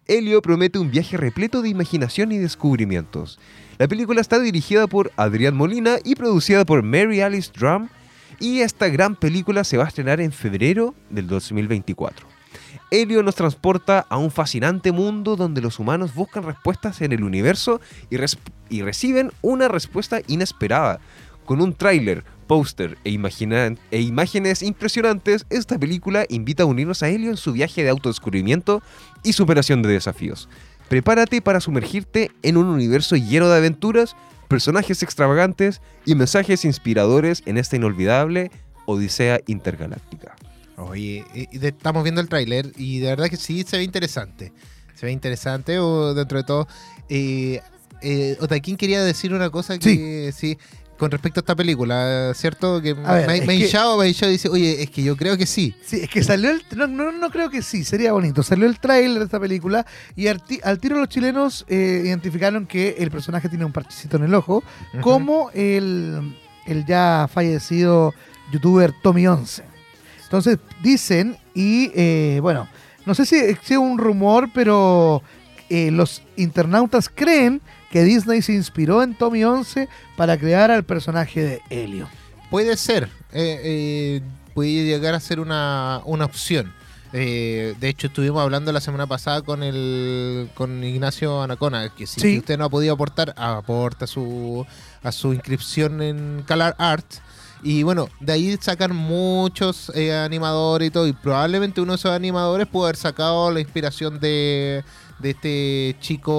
S3: Helio promete un viaje repleto de imaginación y descubrimientos. La película está dirigida por Adrián Molina y producida por Mary Alice Drum Y esta gran película se va a estrenar en febrero del 2024. Helio nos transporta a un fascinante mundo donde los humanos buscan respuestas en el universo y, res- y reciben una respuesta inesperada. Con un tráiler, póster e, imagina- e imágenes impresionantes, esta película invita a unirnos a Helio en su viaje de autodescubrimiento y superación de desafíos. Prepárate para sumergirte en un universo lleno de aventuras, personajes extravagantes y mensajes inspiradores en esta inolvidable Odisea Intergaláctica.
S1: Oye, y- y de- estamos viendo el tráiler y de verdad que sí se ve interesante. Se ve interesante o dentro de todo. Eh, eh, Otaquín quería decir una cosa que sí. con respecto a esta película, ¿cierto? Que me,
S2: ver,
S1: me
S2: es
S1: ha
S2: que-
S1: hinchado, me ha hinchado y dice, oye, es que yo creo que sí.
S2: Sí, es que salió el. No, no, no creo que sí, sería bonito. Salió el tráiler de esta película y al, ti- al tiro los chilenos eh, identificaron que el personaje tiene un parchecito en el ojo, como el, el ya fallecido youtuber Tommy 11. Entonces dicen, y eh, bueno, no sé si existe un rumor, pero eh, los internautas creen que Disney se inspiró en Tommy 11 para crear al personaje de Helio.
S1: Puede ser, eh, eh, puede llegar a ser una, una opción. Eh, de hecho, estuvimos hablando la semana pasada con el con Ignacio Anacona, que si
S2: Sí.
S1: que usted no ha podido aportar, aporta su, a su inscripción en Calar Art. Y bueno, de ahí sacan muchos eh, animadores y todo, y probablemente uno de esos animadores pudo haber sacado la inspiración de, de este
S2: Tommy
S1: chico...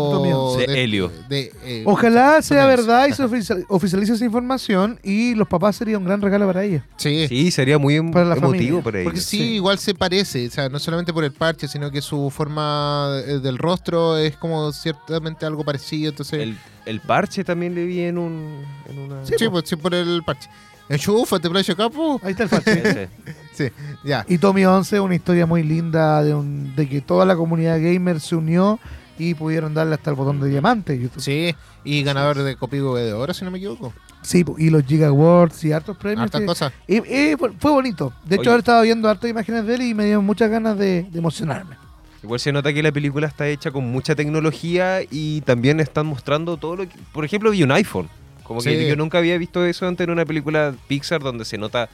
S2: Once.
S3: De Helio.
S1: de, eh,
S2: Ojalá sea
S1: Tommy Once.
S2: verdad y se
S1: Ajá.
S2: oficial- oficialice esa información y los papás sería un gran regalo para ella.
S1: Sí,
S3: Sí, sería muy em-
S2: Eh, Para la
S3: emotivo
S2: familia.
S3: para
S1: Porque
S3: ellos.
S1: sí,
S2: Sí.
S1: igual se parece, o sea, no solamente por el parche, sino que su forma eh, del rostro es como ciertamente algo parecido, entonces...
S3: El, el parche también le vi en, un, en una...
S1: sí, pues, sí, por el parche. Enchúfate, Playo Capo.
S2: Ahí está el factor.
S3: Ese.
S1: Sí, ya.
S2: y Tommy 11 una historia muy linda de, un- de que toda la comunidad gamer se unió y pudieron darle hasta el botón de diamante. en YouTube.
S1: Sí, y ganador de Copigo de Oro, si no me equivoco.
S2: Sí, po, y los Giga Awards y hartos premios.
S1: Hartas
S2: que-
S1: cosas.
S2: y- y fue fue bonito. De hecho,
S3: Oye.
S2: ahora estaba viendo hartas imágenes de él y me dieron muchas ganas de, de emocionarme.
S3: Igual se nota que la película está hecha con mucha tecnología y también están mostrando todo lo que... Por ejemplo, vi un iPhone. Como
S1: Sí.
S3: que yo nunca había visto eso antes en una película Pixar donde se nota,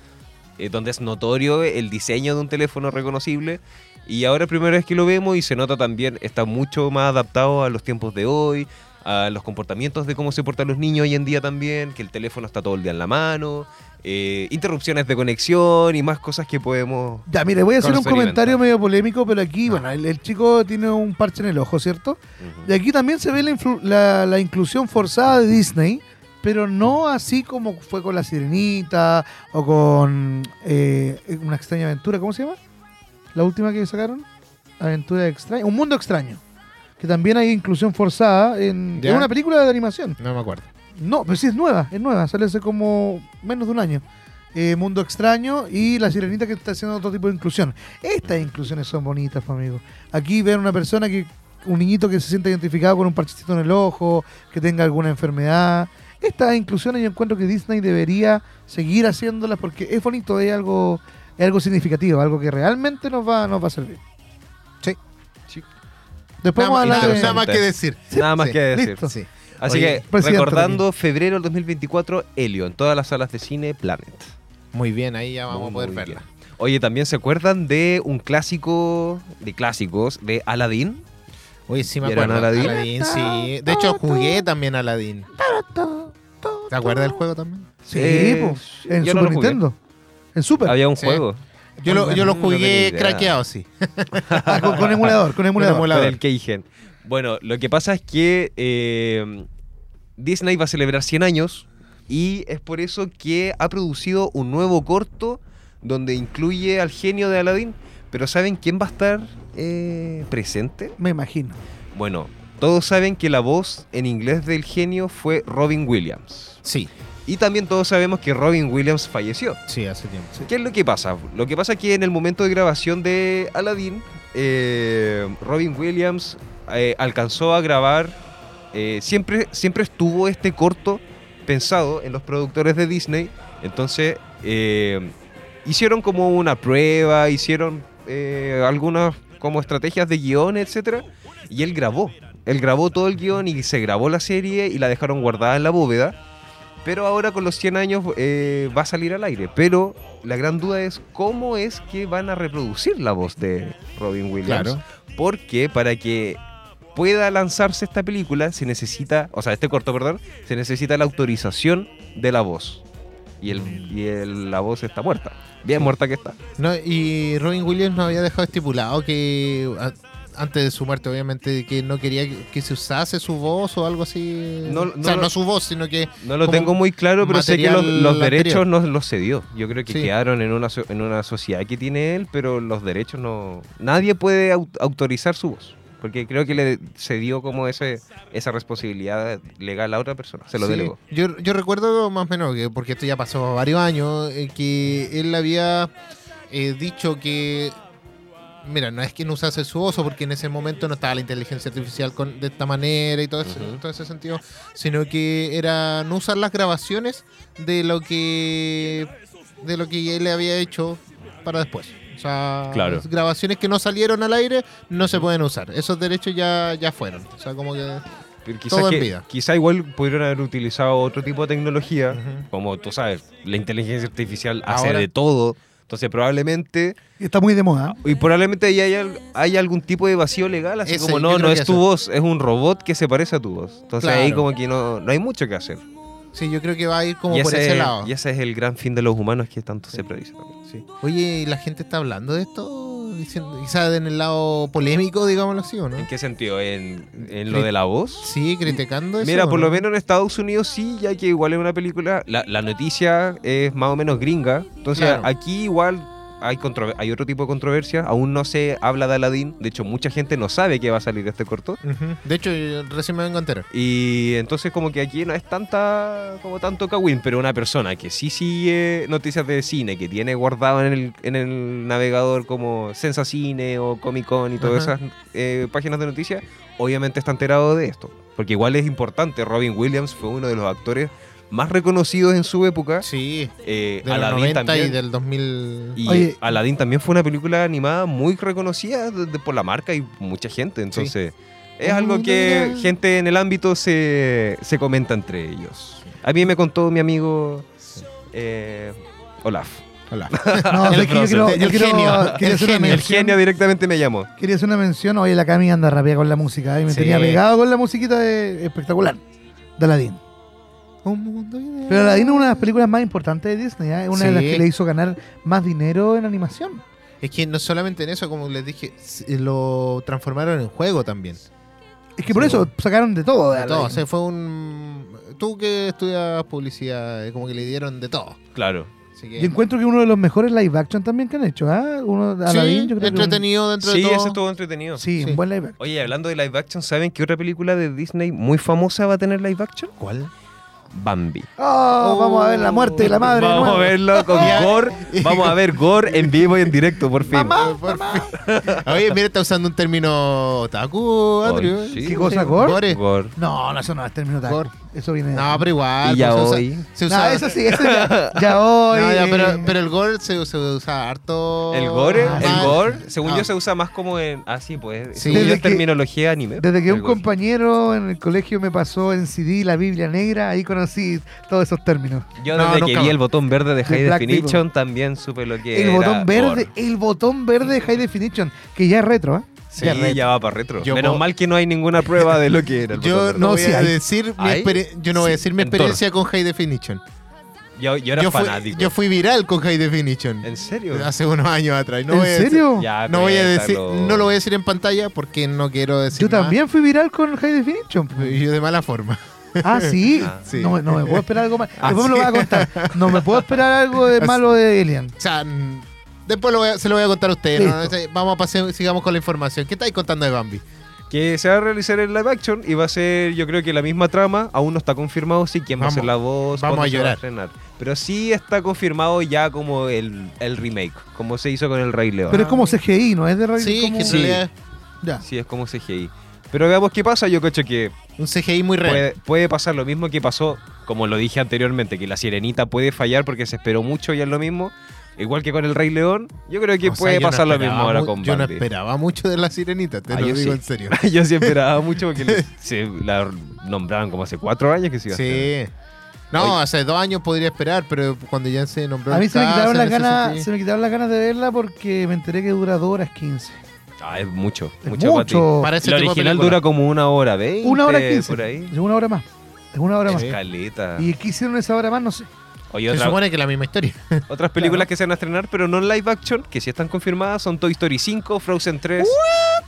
S3: eh, donde es notorio el diseño de un teléfono reconocible. Y ahora es primera vez que lo vemos y se nota también, está mucho más adaptado a los tiempos de hoy, a los comportamientos de cómo se portan los niños hoy en día también, que el teléfono está todo el día en la mano, eh, interrupciones de conexión y más cosas que podemos...
S2: Ya, mire, voy a hacer un
S3: Experimenta.
S2: comentario medio polémico, pero aquí, bueno, el, el chico tiene un parche en el ojo, ¿cierto?
S3: Ujú.
S2: Y aquí también se ve la, influ- la- la inclusión forzada de Disney, pero no así como fue con La Sirenita o con eh, Una extraña aventura, ¿cómo se llama? La última que sacaron, Aventura extraña, Un mundo extraño, que también hay inclusión forzada en,
S1: Ya.
S2: en una película de animación.
S1: No me acuerdo.
S2: No, pero sí es nueva, es nueva, sale hace como menos de un año. Eh, mundo extraño y la sirenita que está haciendo otro tipo de inclusión. Estas inclusiones son bonitas, pues, amigo. Aquí ven una persona que, un niñito que se siente identificado con un parchecito en el ojo, que tenga alguna enfermedad. Estas inclusiones yo encuentro que Disney debería seguir haciéndolas porque es bonito, es algo, es algo significativo, algo que realmente nos va, nos va a servir.
S1: Sí.
S3: Sí.
S1: Nada,
S2: Después
S1: más-
S2: vamos a hablar
S1: nada-
S2: de-
S1: nada más que decir.
S3: Nada más
S1: sí,
S3: que decir.
S2: listo.
S1: Sí.
S3: Así
S1: Oye,
S3: que,
S2: presidente,
S3: recordando febrero del 2024, Helio, en todas las salas de cine Planet.
S1: Muy bien, ahí ya vamos
S3: Muy,
S1: a poder
S3: muy
S1: verla.
S3: bien. Oye, ¿también se acuerdan de un clásico, de clásicos, de Aladdin?
S1: Oye, sí me
S3: ¿Vieron
S1: acuerdo.
S3: Aladdin?
S1: Aladdin, sí. De hecho, jugué también Aladdin. ¿Te acuerdas del juego también?
S2: Sí,
S3: Eh,
S2: pues, en
S3: yo no
S2: Super
S3: lo jugué.
S2: Nintendo. pues. En Super.
S3: Había un
S1: Sí.
S3: juego.
S1: Yo lo, yo lo
S3: No tenía
S1: jugué
S3: idea.
S1: craqueado, sí.
S2: Ah, con, con emulador, con
S1: Con
S2: emulador.
S1: emulador.
S3: Del Keigen. Bueno, lo que pasa es que eh, Disney va a celebrar 100 años y es por eso que ha producido un nuevo corto donde incluye al genio de Aladdin. Pero ¿saben quién va a estar eh, presente?
S2: Me imagino.
S3: Bueno, todos saben que la voz en inglés del genio fue Robin Williams.
S1: Sí,
S3: Y también todos sabemos que Robin Williams falleció.
S1: sí, hace tiempo. sí.
S3: ¿Qué es lo que pasa? Lo que pasa es que en el momento de grabación de Aladdin, eh, Robin Williams eh, alcanzó a grabar, eh, siempre, siempre estuvo este corto pensado en los productores de Disney, entonces eh, hicieron como una prueba, hicieron eh, algunas como estrategias de guión, etcétera, y él grabó. Él grabó todo el guión y se grabó la serie y la dejaron guardada en la bóveda. Pero ahora con los 100 años eh, va a salir al aire. Pero la gran duda es cómo es que van a reproducir la voz de Robin Williams.
S1: Claro.
S3: Porque para que pueda lanzarse esta película se necesita, o sea, este corto, perdón, se necesita la autorización de la voz. Y, el, y el- la voz está muerta. Bien muerta que está.
S1: No, y Robin Williams nos había dejado estipulado que a- antes de su muerte, obviamente, que no quería que- que se usase su voz o algo así.
S3: No-
S1: o
S3: no
S1: sea,
S3: lo-
S1: no su voz, sino que
S3: No lo
S1: Como
S3: tengo muy claro, pero sé que los,
S1: material
S3: los
S1: anterior.
S3: derechos no los cedió. Yo creo que
S1: Sí.
S3: quedaron en una, so- en una sociedad que tiene él, pero los derechos no... Nadie puede au- autorizar su voz. Porque creo que le cedió como ese, esa responsabilidad legal a otra persona. Se lo
S1: Sí,
S3: delegó.
S1: Yo, yo recuerdo más o menos, que, porque esto ya pasó varios años, eh, que él había eh, dicho que. Mira, no es que no usase su oso, porque en ese momento no estaba la inteligencia artificial con, de esta manera y todo, ese-
S3: Ujú.
S1: todo ese sentido, sino que era no usar las grabaciones de lo que de lo que él le había hecho para después. O sea,
S3: Claro.
S1: las grabaciones que no salieron al aire no se pueden usar. Esos derechos ya, ya fueron. O sea, como que.
S3: Pero quizá,
S1: Todo en
S3: que-
S1: vida.
S3: quizá igual pudieron haber utilizado otro tipo de tecnología. Como tú sabes, la inteligencia artificial hace
S1: Ahora-
S3: de todo. Entonces probablemente...
S2: Y Está muy de moda.
S3: Y probablemente ahí hay, al- hay algún tipo de vacío legal, así
S1: Ese,
S3: como
S1: yo
S3: no,
S1: creo
S3: no
S1: que
S3: es tu
S1: eso.
S3: voz, es un robot que se parece a tu voz. Entonces ahí
S1: Claro.
S3: como que no, no hay mucho que hacer.
S1: Sí, yo creo que va a ir como
S3: y,
S1: por
S3: ese,
S1: ese lado.
S3: y ese es el gran fin de los humanos que tanto se predice también. sí.
S1: Oye, ¿y la gente está hablando de esto? Diciendo, quizás en el lado polémico, digámoslo así, ¿o no?
S3: ¿En qué sentido? ¿En, en lo
S1: Sí.
S3: de la voz?
S1: Sí, criticando eso.
S3: Mira,
S1: ¿o
S3: por
S1: no?
S3: lo menos en Estados Unidos sí, ya que igual es una película, la, la noticia es más o menos gringa. Entonces
S1: Claro.
S3: aquí igual hay, controver- hay otro tipo de controversia. Aún no se habla de Aladdin. De hecho, mucha gente no sabe que va a salir este corto.
S1: Ujú. De hecho, yo recién me vengo a enterar.
S3: Y entonces como que aquí no es tanta como tanto Kawin, pero una persona que sí sigue noticias de cine, que tiene guardado en el, en el navegador como Sensacine o Comic Con y todas
S1: Ajá.
S3: esas eh, páginas de noticias, obviamente está enterado de esto. Porque igual es importante, Robin Williams fue uno de los actores más reconocidos en su época.
S1: Sí,
S3: Eh,
S1: de los
S3: Aladdin
S1: 90
S3: también.
S1: y del 2000.
S3: Y
S2: Oye.
S3: Aladdin también fue una película animada muy reconocida de- de- por la marca y mucha gente. Entonces, es
S2: Mm,
S3: algo que gente en el ámbito se, se comenta entre ellos. A mí me contó mi amigo eh, Olaf.
S1: Hola.
S2: No,
S1: El
S2: es que yo quiero,
S1: proceso.
S2: yo
S1: El
S2: quiero-
S1: genio.
S2: quería
S1: El
S2: hacer una
S1: genio.
S3: El
S2: mención-
S3: genio directamente me llamó.
S2: Quería hacer una mención. Oye, la Cami anda rápida con la música. ¿eh? Me
S1: Sí.
S2: tenía pegado con la musiquita de- espectacular de Aladdin.
S1: Un mundo ideal.
S2: Pero Aladdin es una de las películas más importantes de Disney. ¿eh? Es una de las
S1: Sí.
S2: que le hizo ganar más dinero en animación.
S1: Es que no solamente en eso, como les dije, s- eh, lo transformaron en juego también.
S2: Es que por
S1: Sí,
S2: eso
S1: bueno.
S2: sacaron de todo. De
S1: De todo.
S2: Aladdin.
S1: O sea, fue un. Tú que estudias publicidad, eh, como que le dieron de todo.
S3: Claro.
S1: Así que.
S2: Yo encuentro que uno de los mejores live action también que han hecho. ¿ah? Uno de
S1: Sí,
S2: Aladdin, yo creo que un-
S1: entretenido dentro
S3: Sí,
S1: de todo.
S3: ese estuvo entretenido.
S2: Sí,
S1: Sí.
S2: un buen live action.
S3: Oye, y hablando de live action, ¿saben qué otra película de Disney muy famosa va a tener live action?
S1: ¿Cuál?
S3: Bambi.
S2: Oh, vamos a ver la muerte de la madre. de
S3: Vamos a
S2: nuevo.
S3: verlo con
S1: Ya.
S3: Gore. Vamos a ver Gore en vivo y en directo, por fin.
S2: Ah,
S1: Eh, por fin. Oye, mira, está usando un término otaku, Adri.
S3: Ay, sí.
S2: ¿Qué cosa, gore?
S1: Gore.
S3: Gore.
S2: No, no, eso no es término tal.
S1: Por-
S2: Eso viene.
S1: No, pero igual.
S3: Y ya
S1: pues, se usa-
S3: hoy.
S1: se
S2: No,
S1: usa-
S2: eso sí, eso ya, ya hoy.
S1: No, ya, pero,
S2: eh,
S1: pero el gore se, se usa harto.
S3: El gore,
S2: Ah,
S3: el
S1: más-
S3: gore, según
S1: Ah.
S3: yo se usa más como en así pues,
S1: Sí.
S3: según yo
S2: Desde
S3: es
S2: que-
S3: terminología anime.
S2: Desde que
S3: El
S2: un
S3: gore.
S2: compañero en el colegio me pasó en CD la Biblia negra, ahí conocí todos esos términos.
S3: Yo
S1: No,
S3: desde que
S1: nunca
S3: vi
S1: más.
S3: el botón verde de
S2: The
S3: High
S2: Black
S3: Definition también supe lo que
S2: El
S3: era
S2: botón verde,
S3: gore.
S2: el botón verde de High Definition, que ya es retro, ¿eh?
S3: Sí,
S2: Ya
S3: ya,
S2: retro.
S3: va para retro.
S1: Yo
S3: Menos
S1: po-
S3: mal que no hay ninguna prueba de lo que era el botón
S1: Yo no,
S3: verde.
S2: No,
S1: voy
S2: sí
S1: a
S2: hay.
S1: decir mi
S3: ¿Hay?
S1: experiencia. Yo no voy a
S3: Sí,
S1: decir mi
S3: en Thor.
S1: experiencia con High Definition.
S3: Yo, yo era
S1: yo, fui,
S3: fanático.
S1: yo fui viral con High Definition.
S3: ¿En serio?
S1: Hace unos años atrás. y No voy a
S2: ¿En
S1: decir-
S2: serio?
S3: Ya,
S1: no voy a decir,
S3: cuéntalo.
S1: no lo voy a decir en pantalla porque no quiero decir.
S2: Yo
S1: más.
S2: también fui viral con High Definition. po.
S1: Y Yo de mala forma.
S2: Ah, sí.
S3: Ah,
S1: sí.
S2: No, me- no me puedo esperar algo más.
S3: Ah,
S2: Después me lo
S1: sí. Ah,
S2: vas a contar. No me puedo esperar algo de
S1: Así-
S2: malo de Alien.
S1: O sea, mm, después lo voy a- se lo voy a contar a ustedes. ¿no?
S2: Listo.
S1: Ese- Vamos a pasar, sigamos con la información. ¿Qué estáis contando de Bambi?
S3: Que se va a realizar el live action y va a ser, yo creo que la misma trama. Aún no está confirmado si quién va a
S1: Vamos,
S3: ser la voz.
S1: vamos
S3: cuándo
S1: a
S3: se va
S1: llorar.
S3: estrenar. Pero sí está confirmado ya como el, el remake, como se hizo con el Rey León.
S2: Pero es como CGI, ¿no? Es de radio.
S1: Sí,
S2: como...
S1: que en
S3: Sí.
S1: realidad
S2: Ya.
S3: Sí, es como CGI. Pero veamos qué pasa. Yo cacho que
S1: un CGI muy real.
S3: puede, puede pasar lo mismo que pasó, como lo dije anteriormente, que la sirenita puede fallar porque se esperó mucho y es lo mismo. Igual que con el Rey León, yo creo que
S1: O sea,
S3: puede
S1: yo no
S3: pasar lo mismo
S1: esperaba
S3: ahora
S1: mu-
S3: con
S1: Yo no
S3: Bambi.
S1: esperaba mucho de la sirenita, te
S3: Ah,
S1: lo
S3: yo
S1: digo
S3: sí.
S1: en serio.
S3: yo sí esperaba mucho porque le- se la nombraron como hace cuatro años que se iba a hacer.
S1: Sí. No, hace dos años podría esperar, pero cuando ya se nombró
S2: A mí
S1: el
S2: se me,
S1: cast,
S2: quitaron las
S1: en ese
S2: ganas,
S1: sentido.
S2: se me quitaron las ganas de verla porque me enteré que dura 2 horas 15.
S3: Ah, es mucho.
S2: Es
S3: mucho. para ti.
S2: mucho.
S1: Para ese
S3: La
S1: Este tipo de
S3: original
S1: película.
S3: dura como una hora, ¿veis?
S2: Una hora 15.
S3: Por ahí.
S2: Es una hora más. Es una hora más.
S3: Escaleta.
S2: ¿Y qué hicieron esa hora más? No sé.
S3: Oye,
S1: Se
S3: otra-
S1: supone que es la misma historia.
S3: otras películas que se van a estrenar, pero no en live action, que sí están confirmadas, son Toy Story 5, Frozen 3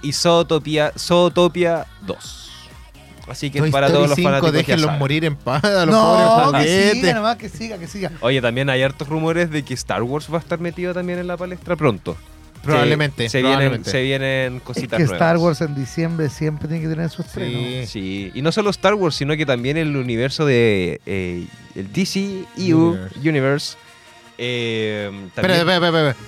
S3: y Zootopia, Zootopia 2. Así que
S1: Toy
S3: es para
S1: Story
S3: todos los
S1: 5,
S3: fanáticos. ya
S1: déjenlos
S3: saben.
S1: morir en paz a los
S2: No,
S1: pobres
S2: que siga,
S1: juguetes.
S2: nomás, que siga, que siga.
S3: Oye, también hay hartos rumores de que Star Wars va a estar metido también en la palestra pronto.
S1: Probablemente,
S3: Se, se
S1: probablemente.
S3: Vienen, se vienen
S2: Es
S3: cositas
S2: que
S3: nuevas.
S2: Star Wars en diciembre siempre tiene que tener su estreno.
S1: Sí.
S3: Sí, y no solo Star Wars, sino que también el universo de eh, el DC EU
S1: Universe.
S3: Universe. eh,
S1: Espera,
S3: también-
S1: espera, espera, espera.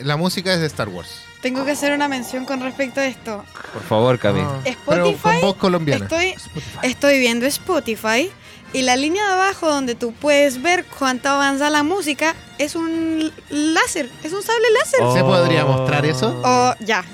S1: La música es de Star Wars.
S4: Tengo que hacer una mención con respecto a esto.
S3: por favor, Cami.
S1: Ah, Pero con
S4: Spotify,
S1: voz colombiana.
S4: Estoy, estoy viendo Spotify y la línea de abajo donde tú puedes ver cuánto avanza la música es un láser, es un sable láser.
S1: ¿Se podría mostrar eso? Oh,
S4: O ya,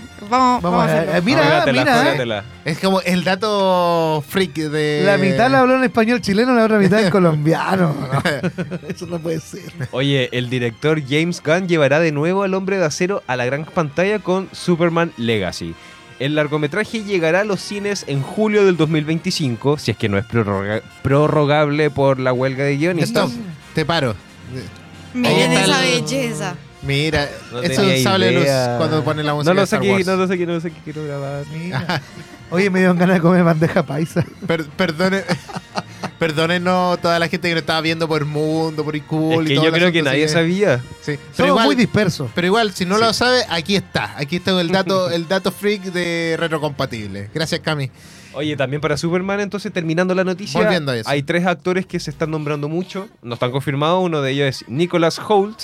S2: Vamos,
S4: vamos, vamos a
S2: a-
S4: hacerlo.
S2: a- mira,
S3: Oh. Juégatela,
S1: eh.
S2: mira.
S3: juégatela.
S1: Es como el dato freak de.
S2: eh, La mitad la habló en español chileno, la otra mitad en colombiano. No, eso no puede ser.
S3: Oye, el director James Gunn llevará de nuevo al hombre de acero a la gran pantalla con Superman Legacy. El largometraje llegará a los cines en julio del 2025, si es que no es prorroga- prorrogable por la huelga de guionistas.
S1: Stop, te paro.
S4: Miren
S1: eh, Ahí
S4: esa
S1: está el-
S4: belleza.
S1: Mira,
S3: No
S1: eso es
S3: tenía
S1: un sable de luz
S3: idea.
S1: cuando pone la música.
S3: No lo
S1: de
S3: sé,
S1: Star
S3: qué-
S1: Wars.
S3: no lo sé, qué- no lo sé qué quiero
S1: Ah,
S3: grabar.
S2: Oye, me dieron ganas de comer bandeja paisa.
S1: Per- perdone, perdónenos toda la gente que nos estaba viendo por el mundo, por
S3: Es
S1: Icul
S3: que yo creo que nadie sabía.
S1: Pero
S2: Somos muy
S1: igual,
S2: dispersos.
S1: pero igual, si no lo sabe, aquí está. Aquí está el dato, el dato freak de retrocompatible. Gracias, Cami.
S3: Oye, también para Superman, entonces terminando la noticia,
S1: Volviendo a eso.
S3: hay tres actores que se están nombrando mucho, no están confirmados, uno de ellos es Nicholas Holt,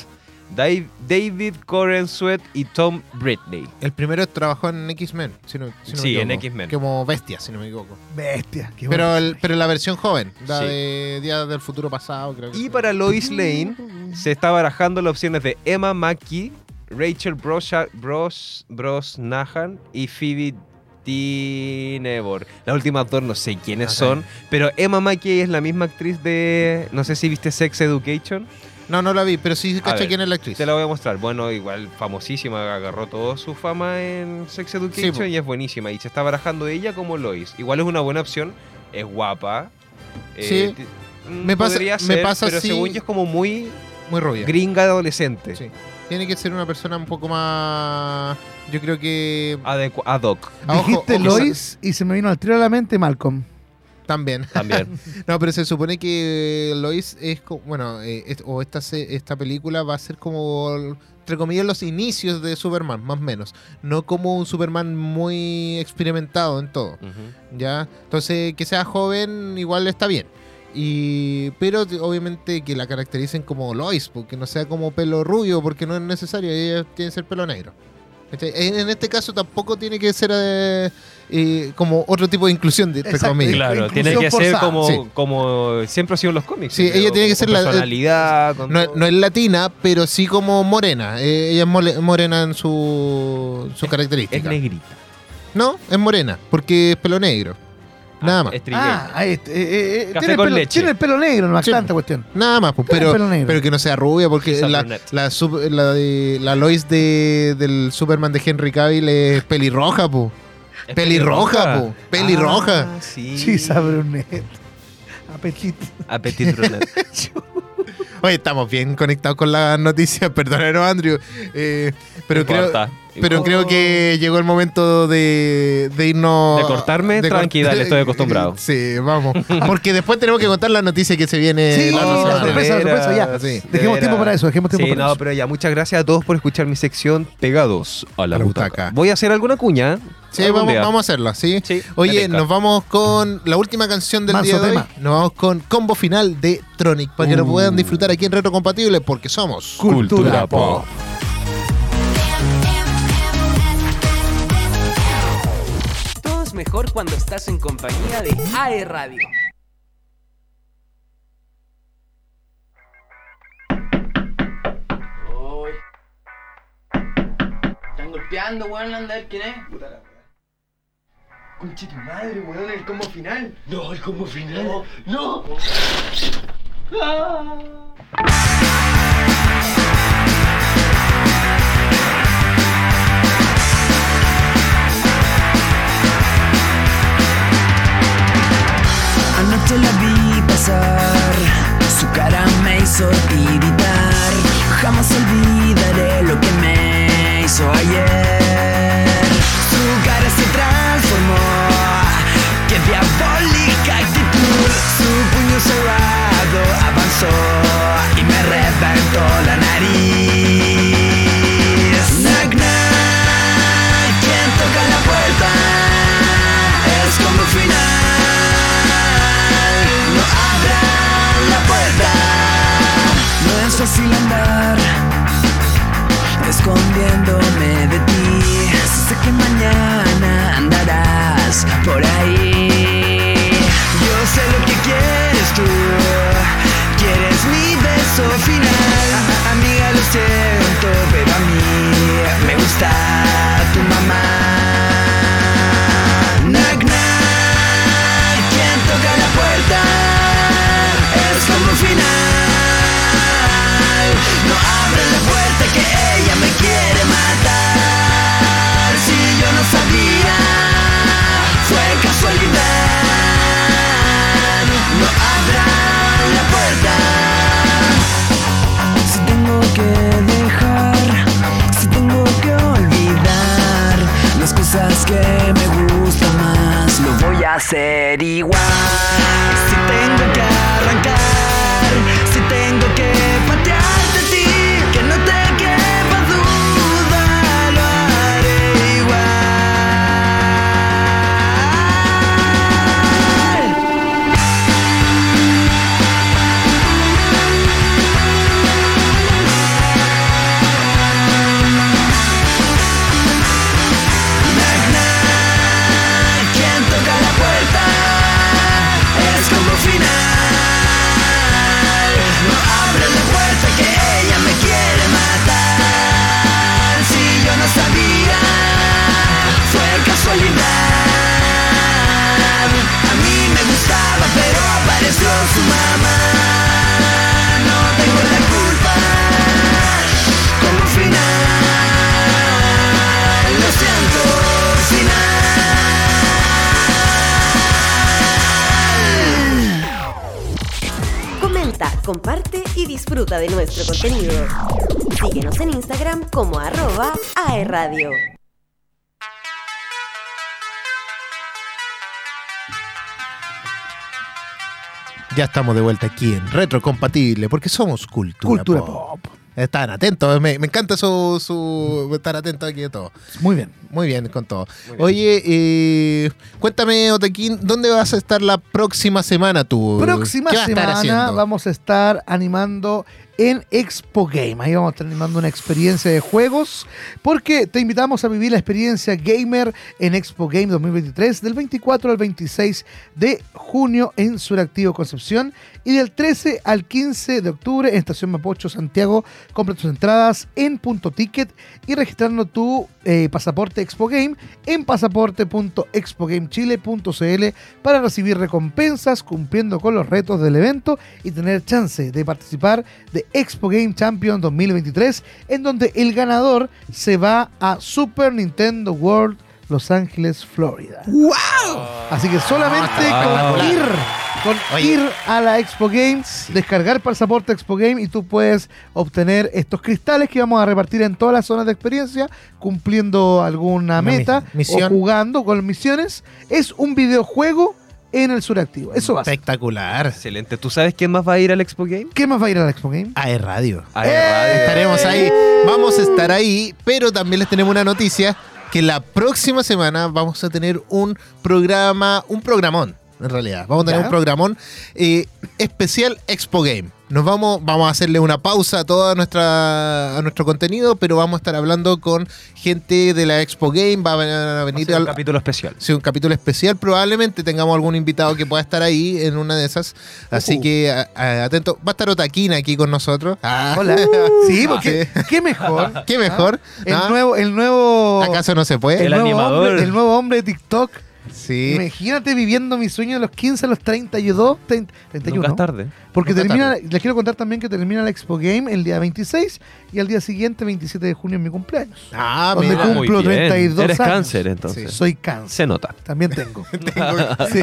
S3: Dave- David Coren Sweat y Tom Britney.
S1: El primero trabajó en X-Men, si no, si no me
S3: Sí, en
S1: equivoco.
S3: X-Men.
S1: Como bestia, si no me equivoco.
S2: Bestia. qué bueno.
S1: Pero, el- pero la versión joven, la
S3: Sí.
S1: de Día del Futuro Pasado, creo que.
S3: Y
S1: fue.
S3: para Lois Lane se está barajando las opciones de Emma Mackey, Rachel Brosha- Bros, Brosnahan y Phoebe Tinebor. Las últimas dos no sé quiénes
S1: Ok.
S3: son, pero Emma Mackey es la misma actriz de, no sé si viste Sex Education.
S1: No, no la vi, pero sí caché
S3: ver,
S1: quién es la actriz.
S3: Te la voy a mostrar. Bueno, igual famosísima, agarró toda su fama en Sex Education
S1: Sí, po.
S3: y es buenísima. Y se está barajando ella como Lois. Igual es una buena opción, es guapa.
S1: Sí.
S3: ti- mm,
S1: Me pasa-
S3: podría
S1: me
S3: ser,
S1: pasa
S3: pero
S1: así-
S3: según yo es como muy
S1: Muy rubia.
S3: gringa adolescente.
S1: Sí. Tiene que ser una persona un poco más. Yo creo que.
S3: Adecu- ad hoc
S1: a Ah, ojo-
S2: Dijiste
S1: ojo-
S2: Lois y se me vino al tiro a la mente Malcolm.
S1: También.
S3: también.
S1: No, pero se supone que Lois es. co- Bueno, eh, es- o esta, se- esta película va a ser como. Entre comillas, los inicios de Superman, más o menos. No como un Superman muy experimentado en todo.
S3: Ujú.
S1: ¿ya? Entonces, que sea joven igual está bien. Y, pero t- obviamente que la caractericen como Lois, porque no sea como pelo rubio, porque no es necesario, ella tiene que ser pelo negro. ¿Cachai? En, en este caso tampoco tiene que ser eh, eh, como otro tipo de inclusión, de, entre
S2: Exacto.
S1: comillas.
S3: Claro,
S2: Inclusión
S3: tiene que ser
S2: forzada.
S3: como,
S1: Sí.
S3: como siempre ha sido en los cómics.
S1: Sí,
S3: yo creo,
S1: ella tiene que
S3: con
S1: ser la-
S3: personalidad. con
S1: No,
S3: todo.
S1: no es latina, pero sí como morena. Eh, ella es mole- morena en su, su
S3: es
S1: característica.
S3: negrita.
S1: no, es morena, porque es pelo negro. Ah, Nada más.
S3: Es trigueña.
S2: Ah, ahí está, eh, eh,
S3: Café
S2: tiene, el
S3: con
S2: pelo,
S3: leche.
S2: tiene el pelo negro, no
S1: Sí.
S2: bastante cuestión.
S1: Nada más, pues,
S2: Tiene
S1: pero,
S2: el pelo negro.
S1: pero que no sea rubia, porque
S3: Quizá
S1: la,
S3: brunette.
S1: la, sup- la de- la Lois de, del Superman de Henry Cavill es pelirroja, pues. po.
S3: Es
S1: Pelirroja, po. Pelirroja.
S3: Ah, sí.
S2: Chisa Brunet. Apetit.
S3: Apetito brunette.
S1: Oye, estamos bien conectados con las noticias, perdónenos, Andrew. eh, pero
S3: No
S1: creo,
S3: importa.
S1: pero
S3: Igual.
S1: creo que llegó el momento de, de irnos.
S3: De cortarme,
S1: cort-
S3: tranqui, dale, estoy acostumbrado.
S1: Sí, vamos. Porque después tenemos que contar la noticia que se viene.
S2: Sí,
S1: la
S2: no,
S1: noticia.
S2: sorpresa,
S3: de veras,
S2: sorpresa, ya.
S3: de
S2: Dejemos tiempo
S3: veras.
S2: para eso, dejemos tiempo
S3: Sí,
S2: para
S3: no,
S2: eso.
S3: pero ya, muchas gracias a todos por escuchar mi sección Pegados a la,
S1: A la
S3: butaca.
S1: butaca.
S3: Voy a hacer alguna cuña.
S1: Sí,
S3: algún
S1: vamos,
S3: día.
S1: vamos a hacerlo, ¿sí?
S3: Sí, me
S1: Oye,
S3: tinca.
S1: nos vamos con la última canción del
S2: Manso
S1: día de
S2: tema. Uh.
S1: hoy. Nos vamos con combo final de Tronic para que lo puedan disfrutar aquí en Retro Compatible porque somos
S3: Cultura Pop.
S5: Todo es mejor cuando estás en compañía de AE Radio.
S6: Están golpeando, weón, Landel, ¿quién es? Puta la Conche tu madre, weón, el combo final. No, el combo final. No.
S5: Anoche la vi pasar, su cara me hizo tiritar. Jamás olvidaré lo que me hizo ayer. Su cara se transformó, qué diabólica actitud. Su puño cerrado avanzó y me reventó la nariz. Knock, knock, quien toca la puerta es como un final. No abran la puerta. No es fácil andar escondiéndome de ti. Sé que mañana andarás por ahí. Yo sé lo que quieres tú. Quieres mi beso final. A- Amiga, lo siento, pero a mí me gusta tu mamá. Knock, knock, quien toca la puerta es como un final. No abre la puerta que ella me quiere matar. Si yo no sabía, fue casualidad. No abra la puerta. Si tengo que dejar, si tengo que olvidar las cosas que me gustan más, lo voy a hacer igual. Si tengo que arrancar, si tengo que patear de ti, que no te quepa duda, lo haré igual. Quien toca la puerta es como un final. No abre la puerta que ella me quiere matar. Si yo no sabía, fue casualidad. A mí me gustaba, pero apareció su mamá. No tengo la culpa. Como un final. Lo siento, final.
S9: Comenta, comparte y disfruta de nuestro contenido. Síguenos en Instagram como arroba E aerradio.
S1: Ya estamos de vuelta aquí en Retrocompatible, porque somos cultura,
S2: Cultura
S1: pop.
S2: pop.
S1: Están atentos, me, me encanta su, su estar atento aquí de todo.
S2: Muy bien.
S1: Muy bien con todo. Oye, eh, cuéntame, Otequín, ¿dónde vas a estar la próxima semana tú?
S2: Próxima
S1: ¿Qué vas a estar
S2: semana
S1: haciendo?
S2: vamos a estar animando en Expo Game. Ahí vamos a estar animando una experiencia de juegos porque te invitamos a vivir la experiencia gamer en Expo Game 2023 del 24 al 26 de junio en Suractivo Concepción y del 13 al 15 de octubre en Estación Mapocho Santiago. Compra tus entradas en punto ticket y registrando tu eh, pasaporte Expo Game en pasaporte.expogamechile.cl para recibir recompensas cumpliendo con los retos del evento y tener chance de participar de Expo Game Champion 2023 en donde el ganador se va a Super Nintendo World Los Ángeles, Florida. ¡Wow! Así que solamente
S1: Ah,
S2: con
S1: espectacular.
S2: ir con
S1: Oye.
S2: ir a la Expo Game, descargar pasaporte Expo Game y tú puedes obtener estos cristales que vamos a repartir en todas las zonas de experiencia, cumpliendo alguna
S1: Una
S2: meta
S1: mis- misión.
S2: o jugando con misiones. Es un videojuego en el suractivo. Eso va. a ser.
S1: Espectacular.
S3: Excelente. ¿Tú sabes quién más va a ir al Expo Game?
S2: ¿Qué más va a ir a la Expo Game?
S1: AE E Radio.
S3: A Erradio.
S1: Eh, Estaremos ahí.
S3: Eh.
S1: Vamos a estar ahí, pero también les tenemos una noticia que la próxima semana vamos a tener un programa, un programón, en realidad. Vamos a tener
S2: Ya.
S1: un programón eh, especial Expo Game. Nos vamos, vamos a hacerle una pausa a todo nuestra, a nuestro contenido, pero vamos a estar hablando con gente de la Expo Game. Va a ven- a
S3: Va a
S1: venir
S3: ser un
S1: al-
S3: capítulo especial.
S1: Sí, un capítulo especial. Probablemente tengamos algún invitado que pueda estar ahí en una de esas. Así
S3: Uh.
S2: Ujú.
S1: que a- a- atento. Va a estar Otaquina aquí con nosotros. Ah.
S2: Hola. Sí, porque
S1: Sí.
S2: qué mejor.
S1: Qué mejor.
S2: El
S1: ¿Ah?
S2: nuevo, el nuevo,
S1: ¿Acaso no se
S2: el
S1: puede?
S3: El
S2: nuevo
S3: animador.
S2: hombre, el nuevo hombre de TikTok
S1: Sí.
S2: Imagínate viviendo mi sueño de los 15 a los 32, 30, 31.
S3: Nunca es tarde.
S2: Porque
S1: Nunca
S2: termina, les quiero contar también que termina la Expo Game el día 26 y al día siguiente, 27 de junio, es mi cumpleaños.
S1: Ah,
S2: Donde
S1: mira.
S2: cum- cumplo 32
S3: Eres
S2: años.
S3: cáncer, entonces.
S2: Soy cáncer.
S3: Se nota.
S2: También tengo.
S1: Sí.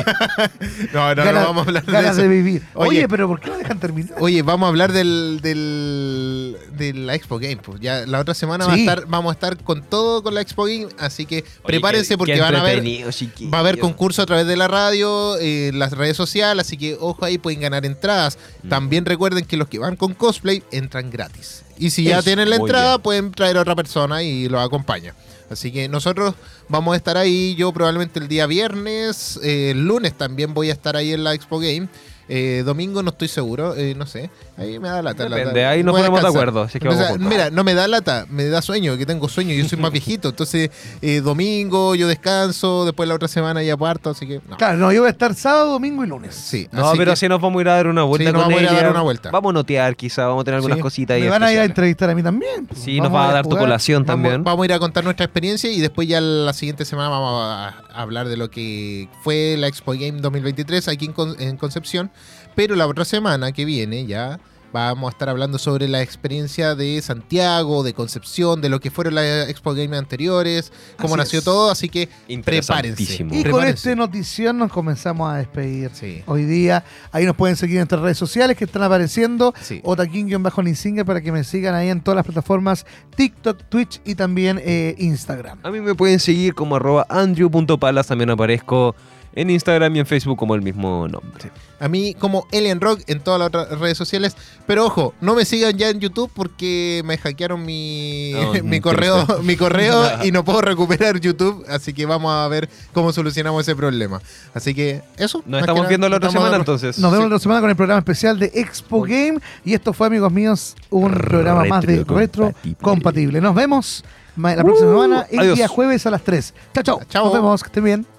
S1: No, no, no
S2: Ganas-
S1: vamos a hablar de
S2: ganas
S1: eso.
S2: de vivir. Oye,
S1: Oye,
S2: pero ¿por qué no dejan terminar?
S1: Oye, vamos a hablar del, del, de la Expo Game. Pues ya la otra semana va a
S2: Sí.
S1: estar, vamos a estar con todo con la Expo Game, así que
S3: Oye,
S1: prepárense
S3: qué-
S1: porque
S3: qué
S1: van a ver
S3: entretenido, chiquillo.
S1: Va a haber concurso a través de la radio, eh, las redes sociales, así que ojo ahí, pueden ganar entradas.
S3: Mm.
S1: También recuerden que los que van con cosplay entran gratis. Y si ya
S3: Eso,
S1: tienen la
S3: muy
S1: entrada,
S3: bien.
S1: pueden traer a otra persona y los acompaña. Así que nosotros vamos a estar ahí, yo probablemente el día viernes, eh, el lunes también voy a estar ahí en la Expo Game. Eh, domingo no estoy seguro, eh, no sé. Ahí me da lata. la-
S3: Depende,
S1: la-
S3: ahí nos
S1: voy a
S3: ponemos de
S1: descansar.
S3: acuerdo, si es que
S1: O
S3: vamos
S1: sea,
S3: juntos.
S1: mira, Ah, no me da lata, me da sueño, que tengo sueño, yo soy más viejito. Entonces, eh, domingo yo descanso, después la otra semana ya parto, así que. No.
S2: Claro, no, yo voy a estar sábado, domingo y lunes.
S1: Sí,
S3: No,
S1: así
S3: pero
S1: que-
S3: así nos vamos a ir a dar una vuelta
S1: Sí, nos
S3: con
S1: vamos a ir a dar
S3: ella.
S1: una vuelta.
S3: Vamos a notear quizá, vamos a tener algunas
S1: Sí.
S3: cositas ahí
S2: Me van a ir a
S3: especiales.
S2: entrevistar a mí también.
S3: Sí, nos va a dar tu
S2: jugar.
S3: colación
S1: vamos-
S3: también.
S1: Vamos, a ir a contar nuestra experiencia y después ya la siguiente semana vamos a a hablar de lo que fue la Expo Game 2023 aquí en, Con- en Concepción. Pero la otra semana que viene ya vamos a estar hablando sobre la experiencia de Santiago, de Concepción, de lo que fueron las Expo Game anteriores, cómo
S2: Así
S1: nació
S2: es.
S1: todo, así que prepárense.
S3: Interesantísimo.
S2: Y con
S1: Prepárense.
S2: este notición nos comenzamos a despedir.
S1: Sí.
S2: Hoy día, ahí nos pueden seguir en nuestras redes sociales que están apareciendo.
S1: Sí.
S2: Otaquín-Nisinga para que me sigan ahí en todas las plataformas TikTok, Twitch y también eh, Instagram.
S3: A mí me pueden seguir como arroba andrew.palas, también aparezco en Instagram y en Facebook como el mismo nombre.
S1: A mí como Alien Rock en todas las otras redes sociales. Pero ojo, no me sigan ya en YouTube porque me hackearon mi,
S3: Oh,
S1: mi
S3: mm,
S1: correo,
S3: triste.
S1: mi correo y no puedo recuperar YouTube. Así que vamos a ver cómo solucionamos ese problema. Así que eso.
S3: Nos
S1: más que
S3: estamos
S1: nada,
S3: viendo la otra
S1: estamos
S3: semana
S1: de-
S3: entonces.
S2: Nos vemos la otra semana con el programa especial de Expo Game. Y esto fue, amigos míos, un programa más de retro
S3: Retrocompatible.
S2: compatible. Nos vemos ma- la próxima semana el
S3: adiós.
S2: día jueves a las 3. Chao, chao.
S1: Uh, Chao.
S2: Nos vemos. Que estén bien.